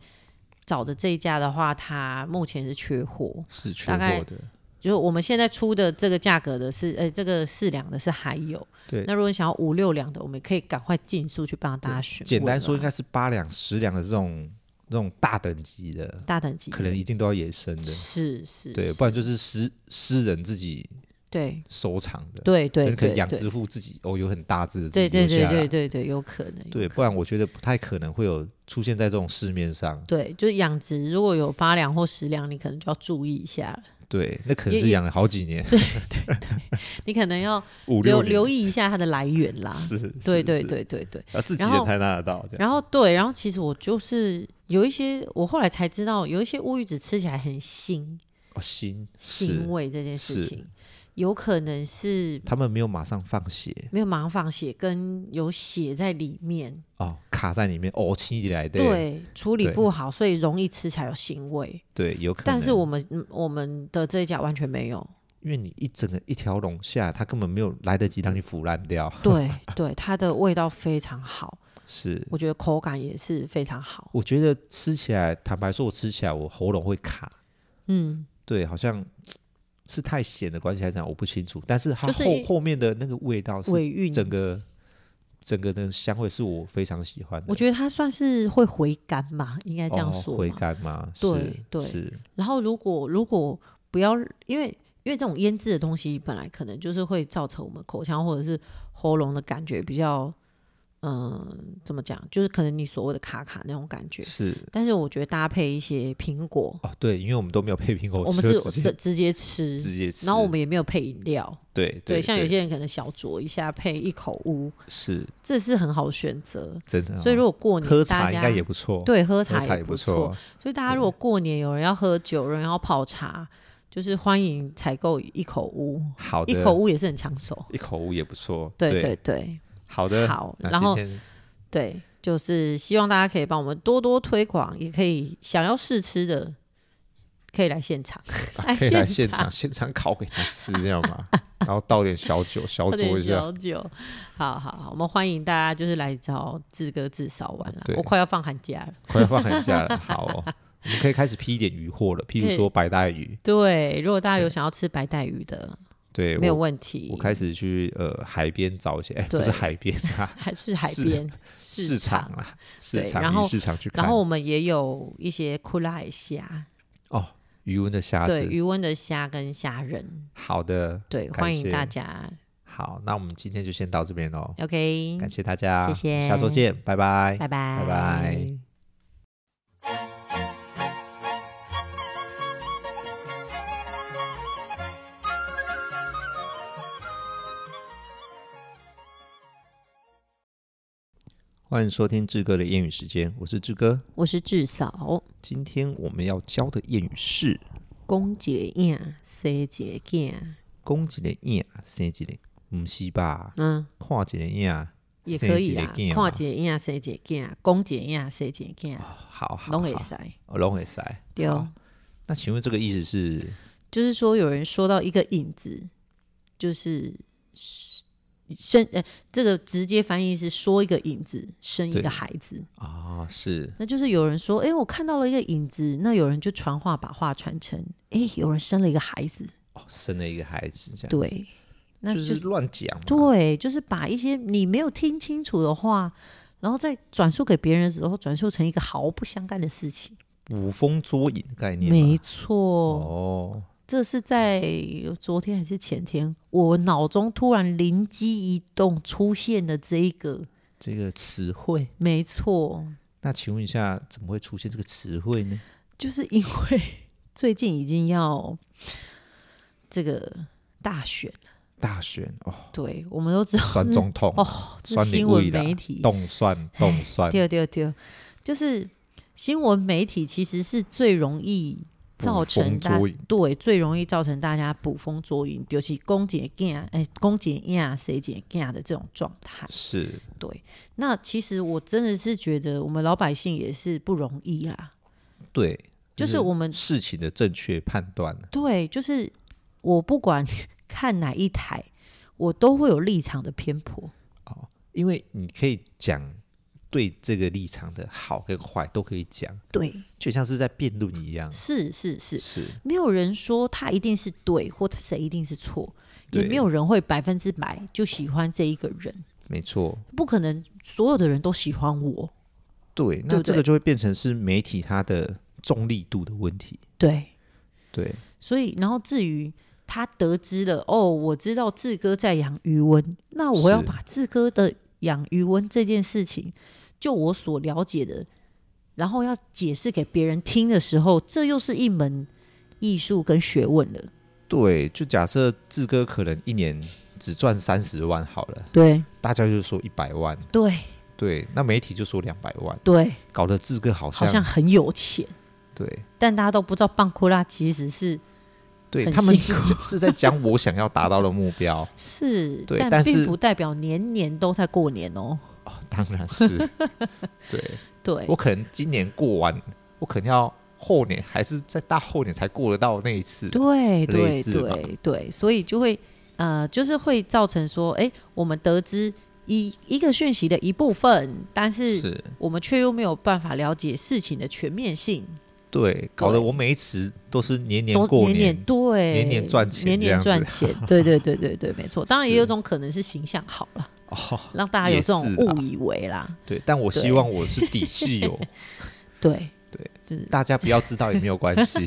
找的这一家的话，它目前是缺货，是缺大概货的，就是我们现在出的这个价格的是，呃，这个四两的是还有。对那。如果你想要五六两的，我们可以赶快尽速去帮大家选。简单说，应该是八两十两的这种这种大等级的，大等级，可能一定都要野生的，是是，对，是不然就是私私人自己对收藏的，对可对能可对能养对殖户自己哦有很大只的，对对自己对留下来对对对，有可能有对，可不然我觉得不太可能会有出现在这种市面上，对，就是养殖如果有八两或十两，你可能就要注意一下了，对，那可能也是也养了好几年，你可能要五留六年留意一下它的来源啦。是，是对对，是对对对。啊自己然人后才拿得到，这样然后对，然后其实我就是有一些，我后来才知道，有一些乌鱼子吃起来很腥，哦心是腥味这件事是情，有可能是他们没有马上放血没有马上放血，跟有血在里面，哦，卡在里面哦，起来的，对，处理对不好，所以容易吃起来有腥味。对，有可能，但是我们嗯我们的这一家完全没有，因为你一整个一条龙下，它根本没有来得及让你腐烂掉。对对，它的味道非常好， 是，我觉得口感也是非常好。我觉得吃起来，坦白说，我吃起来我喉咙会卡，嗯，对，好像是太咸的关系还是怎样，我不清楚。但是它后、就是后面的那个味道是尾韵，整个整个的香味是我非常喜欢的。我觉得它算是会回甘嘛，应该这样哦、说回嘛。甘吗？对是对是然后如果如果不要，因为因为这种腌制的东西本来可能就是会造成我们口腔或者是喉咙的感觉比较，嗯，怎么讲，就是可能你所谓的卡卡那种感觉。是但是我觉得搭配一些苹果，哦，对，因为我们都没有配苹果，我们就是直直接直接吃，直接吃，然后我们也没有配饮料，对对，对，像有些人可能小酌一下配一口乌，是这是很好的选择。真的哦、所以如果过年喝大茶家应该也不错，对喝喝茶茶也不不错，错，所以大家如果过年有人要喝酒，有人要泡茶，就是欢迎采购一口屋，好的，一口屋也是很抢手。一口屋也不错，对对对，对，好的，好，那然后今天对，就是希望大家可以帮我们多多推广，也可以想要试吃的，可以来现场，啊来可以来现现场现场烤给他吃，这样 嘛，然后倒点小酒小喝点酌一下，小酒。好好好，我们欢迎大家就是来找志哥志嫂玩啦对。我快要放寒假了，快要放寒假了，好 哦，我们可以开始批一点鱼货了，譬如说白带鱼，对，如果大家有想要吃白带鱼的，对，没有我问题。我开始去呃海边找一些，哎，对不是海边啊，还是海市边市场啊，市对然场后鱼市场去然看后，我们也有一些库拉虾，哦，鱼温的虾对，子，余温的虾跟虾仁，好的，对，感欢迎谢大家。好，那我们今天就先到这边喽， OK，感谢大家，嗯谢谢下周见，拜拜。拜拜，拜拜。欢迎收听志哥的谚语时间，我是志哥。我是志嫂，今天我们要教的谚语是公姐燕，谁姐燕？ “公一个影，生一个”，不是吧？嗯，看一个影，也可以生一啦个啊囝，哦嘛跨姐燕，谁姐燕？公姐燕，谁姐燕？哦好好，拢会好使哦拢会塞。对哦好，那请问这个意思是就是说有人说到一个影子，就是生呃，这个直接翻译是说一个影子生一对个孩子，啊、是那就是有人说，哎、我看到了一个影子，那有人就传话把话传成，哎、有人生了一个孩子，哦，生了一个孩子这样，，对，那就是乱讲嘛，对，就是把一些你没有听清楚的话，然后再转述给别人的时候，转述成一个毫不相干的事情。捕风捉影的概念嘛，没错，哦，这是在昨天还是前天，我脑中突然灵机一动出现的这一个。这个词汇。没错，那请问一下，怎么会出现这个词汇呢？就是因为 最近已经要这个大选了，大选 哦，对我们都知道选总统哦，这选是立新闻委啦媒体动算动 算，对对对，就是新闻媒体其实是最容易造成捕风大捉影对最容易造成大家捕风捉影，尤其公姐干哎公姐呀谁姐干的这种状态。是对，那其实我真的是觉得我们老百姓也是不容易啦，对，就是嗯我们事情的正确判断。对，就是我不管 看哪一台，我都会有立场的偏颇。因为你可以讲对这个立场的好跟坏都可以讲，对，就像是在辩论一样。是是是，是没有人说他一定是对，或他谁一定是错，也对没有人会百分之百就喜欢这一个人，没错，不可能所有的人都喜欢我。对，对那不这对个就会变成是媒体它的中立度的问题。对，对，所以然后至于他得知了哦，我知道志哥在养余温，那我要是把志哥的养余温这件事情，就我所了解的，然后要解释给别人听的时候，这又是一门艺术跟学问了。对，就假设志哥可能一年只赚三十万好了，对大家就说一百万，对对，那媒体就说两百万，对，搞得志哥好像好像很有钱，对但大家都不知道棒库拉其实是对，很他们是辛苦是在讲我想要达到的目标， 是，对但但是并不代表年年都在过年哦。当然是对。对我可能今年过完，我可能要后年还是在大后年才过得到那一次。对对类似吧对对，所以就会呃，就是会造成说，哎，我们得知一一个讯息的一部分，但是是，我们却又没有办法了解事情的全面性，对，搞得我每一次都是年年都过年年，年对，年年赚钱年这年样子赚钱，对 对对对对，没错。当然也有是种可能是形象好了，哦，让大家有也这种是啊误啦以为啦，对。但我希对望我是底气有，对对，就是 大家不要知道也没有关 系。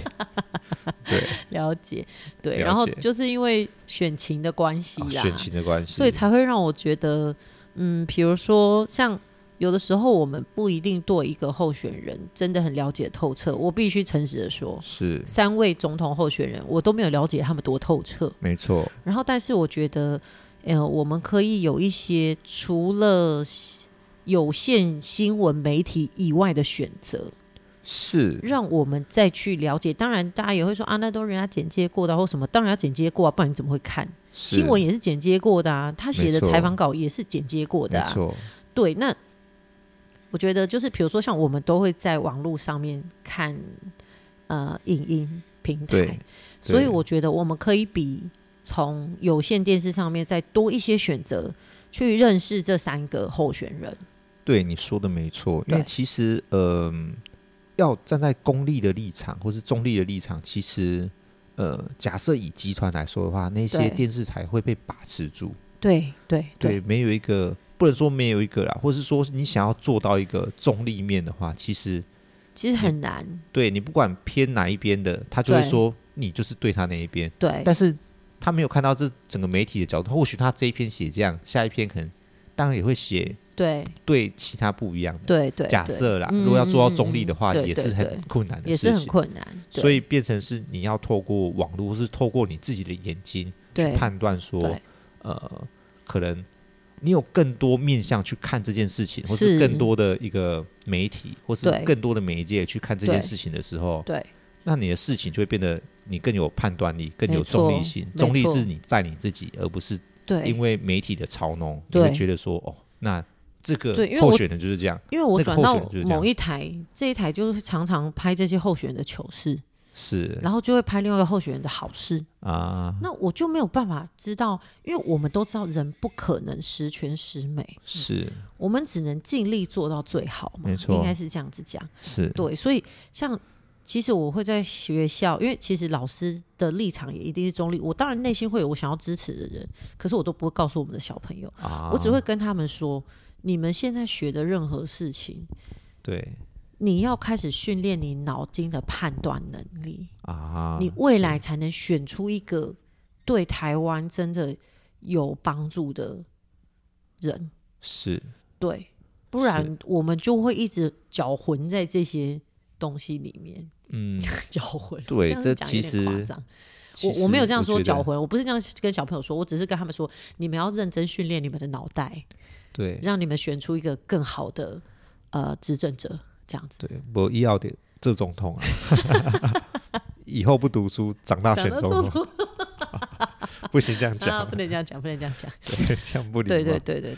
对，了解，对。了然后解就是因为选情的关系哦啦，选情的关系，啊所以才会让我觉得，嗯，比如说像有的时候我们不一定对一个候选人真的很了解透彻。我必须诚实的说，是三位总统候选人我都没有了解他们多透彻。没错，然后，但是我觉得，呃，我们可以有一些除了有线新闻媒体以外的选择，是让我们再去了解。当然，大家也会说啊，那都人家剪接过的啊或什么，当然要剪接过啊，不然你怎么会看？是新闻也是剪接过的啊，他写没的错采访稿也是剪接过的没啊。错，对，那我觉得就是比如说像我们都会在网络上面看呃影音平台对，所以对我觉得我们可以比从有线电视上面再多一些选择。去认识这三个候选人，对你说的没错，因为对其实呃，要站在公立的立场或是中立的立场，其实呃，假设以集团来说的话，那些对电视台会被把持住，对对对，，没有一个不能说没有一个啦，或是说你想要做到一个中立面的话，其实其实很难，对你不管偏哪一边的，他就会对说你就是对他那一边，对但是他没有看到这整个媒体的角度，或许他这一篇写这样，下一篇可能当然也会写对对其他不一样的。对对，假对设啦，嗯如果要做嗯到嗯中立的话，对也对是对很困难的也是事很情。困难，对所以变成是你要透过网络，或是透过你自己的眼睛去对判断说对，呃，可能你有更多面向去看这件事情，或是是更多的一个媒体，或是对更多的媒介去看这件对事情的时候，对那你的事情就会变得你更有判断力，更没有中立错性。没中立错是你在你自己，而不是对，因为媒体的操弄，你对会觉得说，哦，那这个对因为候我选人就是这样，因为我那个转候到选人就是这某样一台，这一台就是常常拍这些候选人的糗事，是然后就会拍另外一个候选人的好事。啊。那我就没有办法知道，因为我们都知道人不可能十全十美，是我们只能尽力做到最好嘛。没错应该是这样子讲。是，对，所以像其实我会在学校，因为其实老师的立场也一定是中立，我当然内心会有我想要支持的人，可是我都不会告诉我们的小朋友，啊，我只会跟他们说，你们现在学的任何事情。对你要开始训练你脑筋的判断能力，啊，你未是来才能选出一个对台湾真的有帮助的人。是对，不是然我们就会一直搅混在这些东西 里面，嗯，搅混。对这样这讲有其点夸实张。其我我没有实这样说觉搅得混，我不是这样跟小朋友说，我只是跟他们说，你们要认真训练你们的脑袋，对让你们选出一个更好的呃执政者，这样子。 对，我一要的这总统啊，以后不读书，长大选长大总做 统，不行这样啊，讲不，能这样讲，不能这样讲。对这样不礼貌。对对对对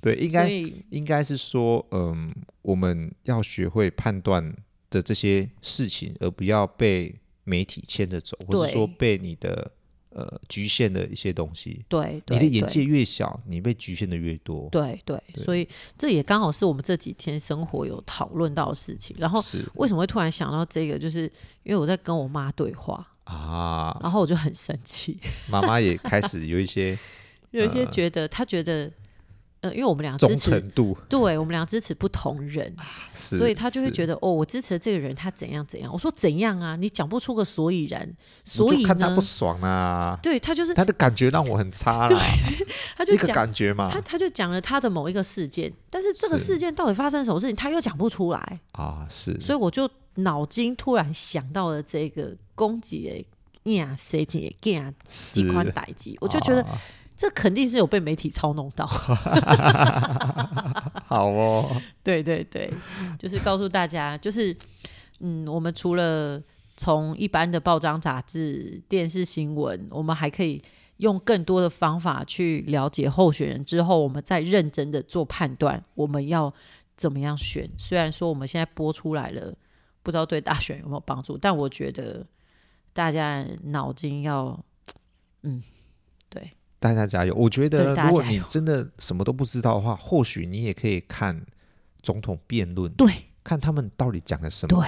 对，对应该所以应该是说，嗯，我们要学会判断的这些事情，而不要被媒体牵着走，或是对说被你的呃局限的一些东西。对你对的眼对界越小，你被局限的越多。对对，所以这也刚好是我们这几天生活有讨论到的事情。然后是为什么会突然想到这个？就是因为我在跟我妈对话，啊，然后我就很生气，妈妈也开始有一 些有一些觉得她觉得，呃，因为我们俩支忠持，诚度，对我们俩支持不同人，所以她就会觉得得哦，我支持的这个人他怎样怎样。我说怎样啊？你讲不出个所以然，我所就以看他呢不？爽啊啦，对他就是，他的感觉让我很差啦，他就一个讲感觉嘛他他就讲了他的某一个事件，但是这个啊是事件到底发生什么事情，他又讲不出来，啊，是所以我就脑筋突然想到了这个攻击的呀谁姐呀几是，款代机，我就觉得啊这肯定是有被媒体操弄到。好哦，对 对对，就是告诉大家，就是嗯，我们除了从一般的报章、杂志、电视新闻，我们还可以用更多的方法去了解候选人之后，我们再认真的做判断，我们要怎么样选。虽然说我们现在播出来了，不知道对大选有没有帮助，但我觉得大家脑筋要大家加油！我觉对得，大家如果加你油真的什么都不知道的话，或许你也可以看总统辩论，对看他们到底讲了什对么。，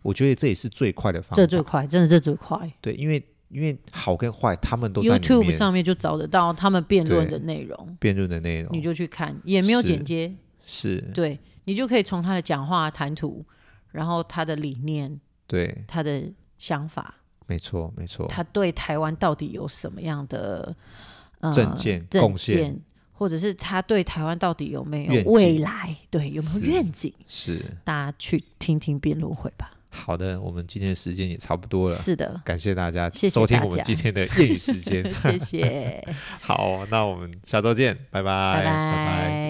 我觉得这也是最快的方法。这最快，真的这最快。对，因为因为好跟坏，他们都在里 YouTube 面上面就找得到他们辩论对的内容。辩论的内你容。就去看，也没有是剪接，是，对你就可以从他的讲话、谈吐，然后他的理念、对，他的想法，没错，没错。他对台湾到底有什么样的呃政见政贡献见，或者是他对台湾到底有没有愿景未来，对有没有是愿景？是大家去听听辩论会吧。好的，我们今天的时间也差不多了，是的，感谢大家谢谢收听大我们家今天的谚语时间。 谢谢，好，那我们下周见，拜拜，拜拜。拜拜。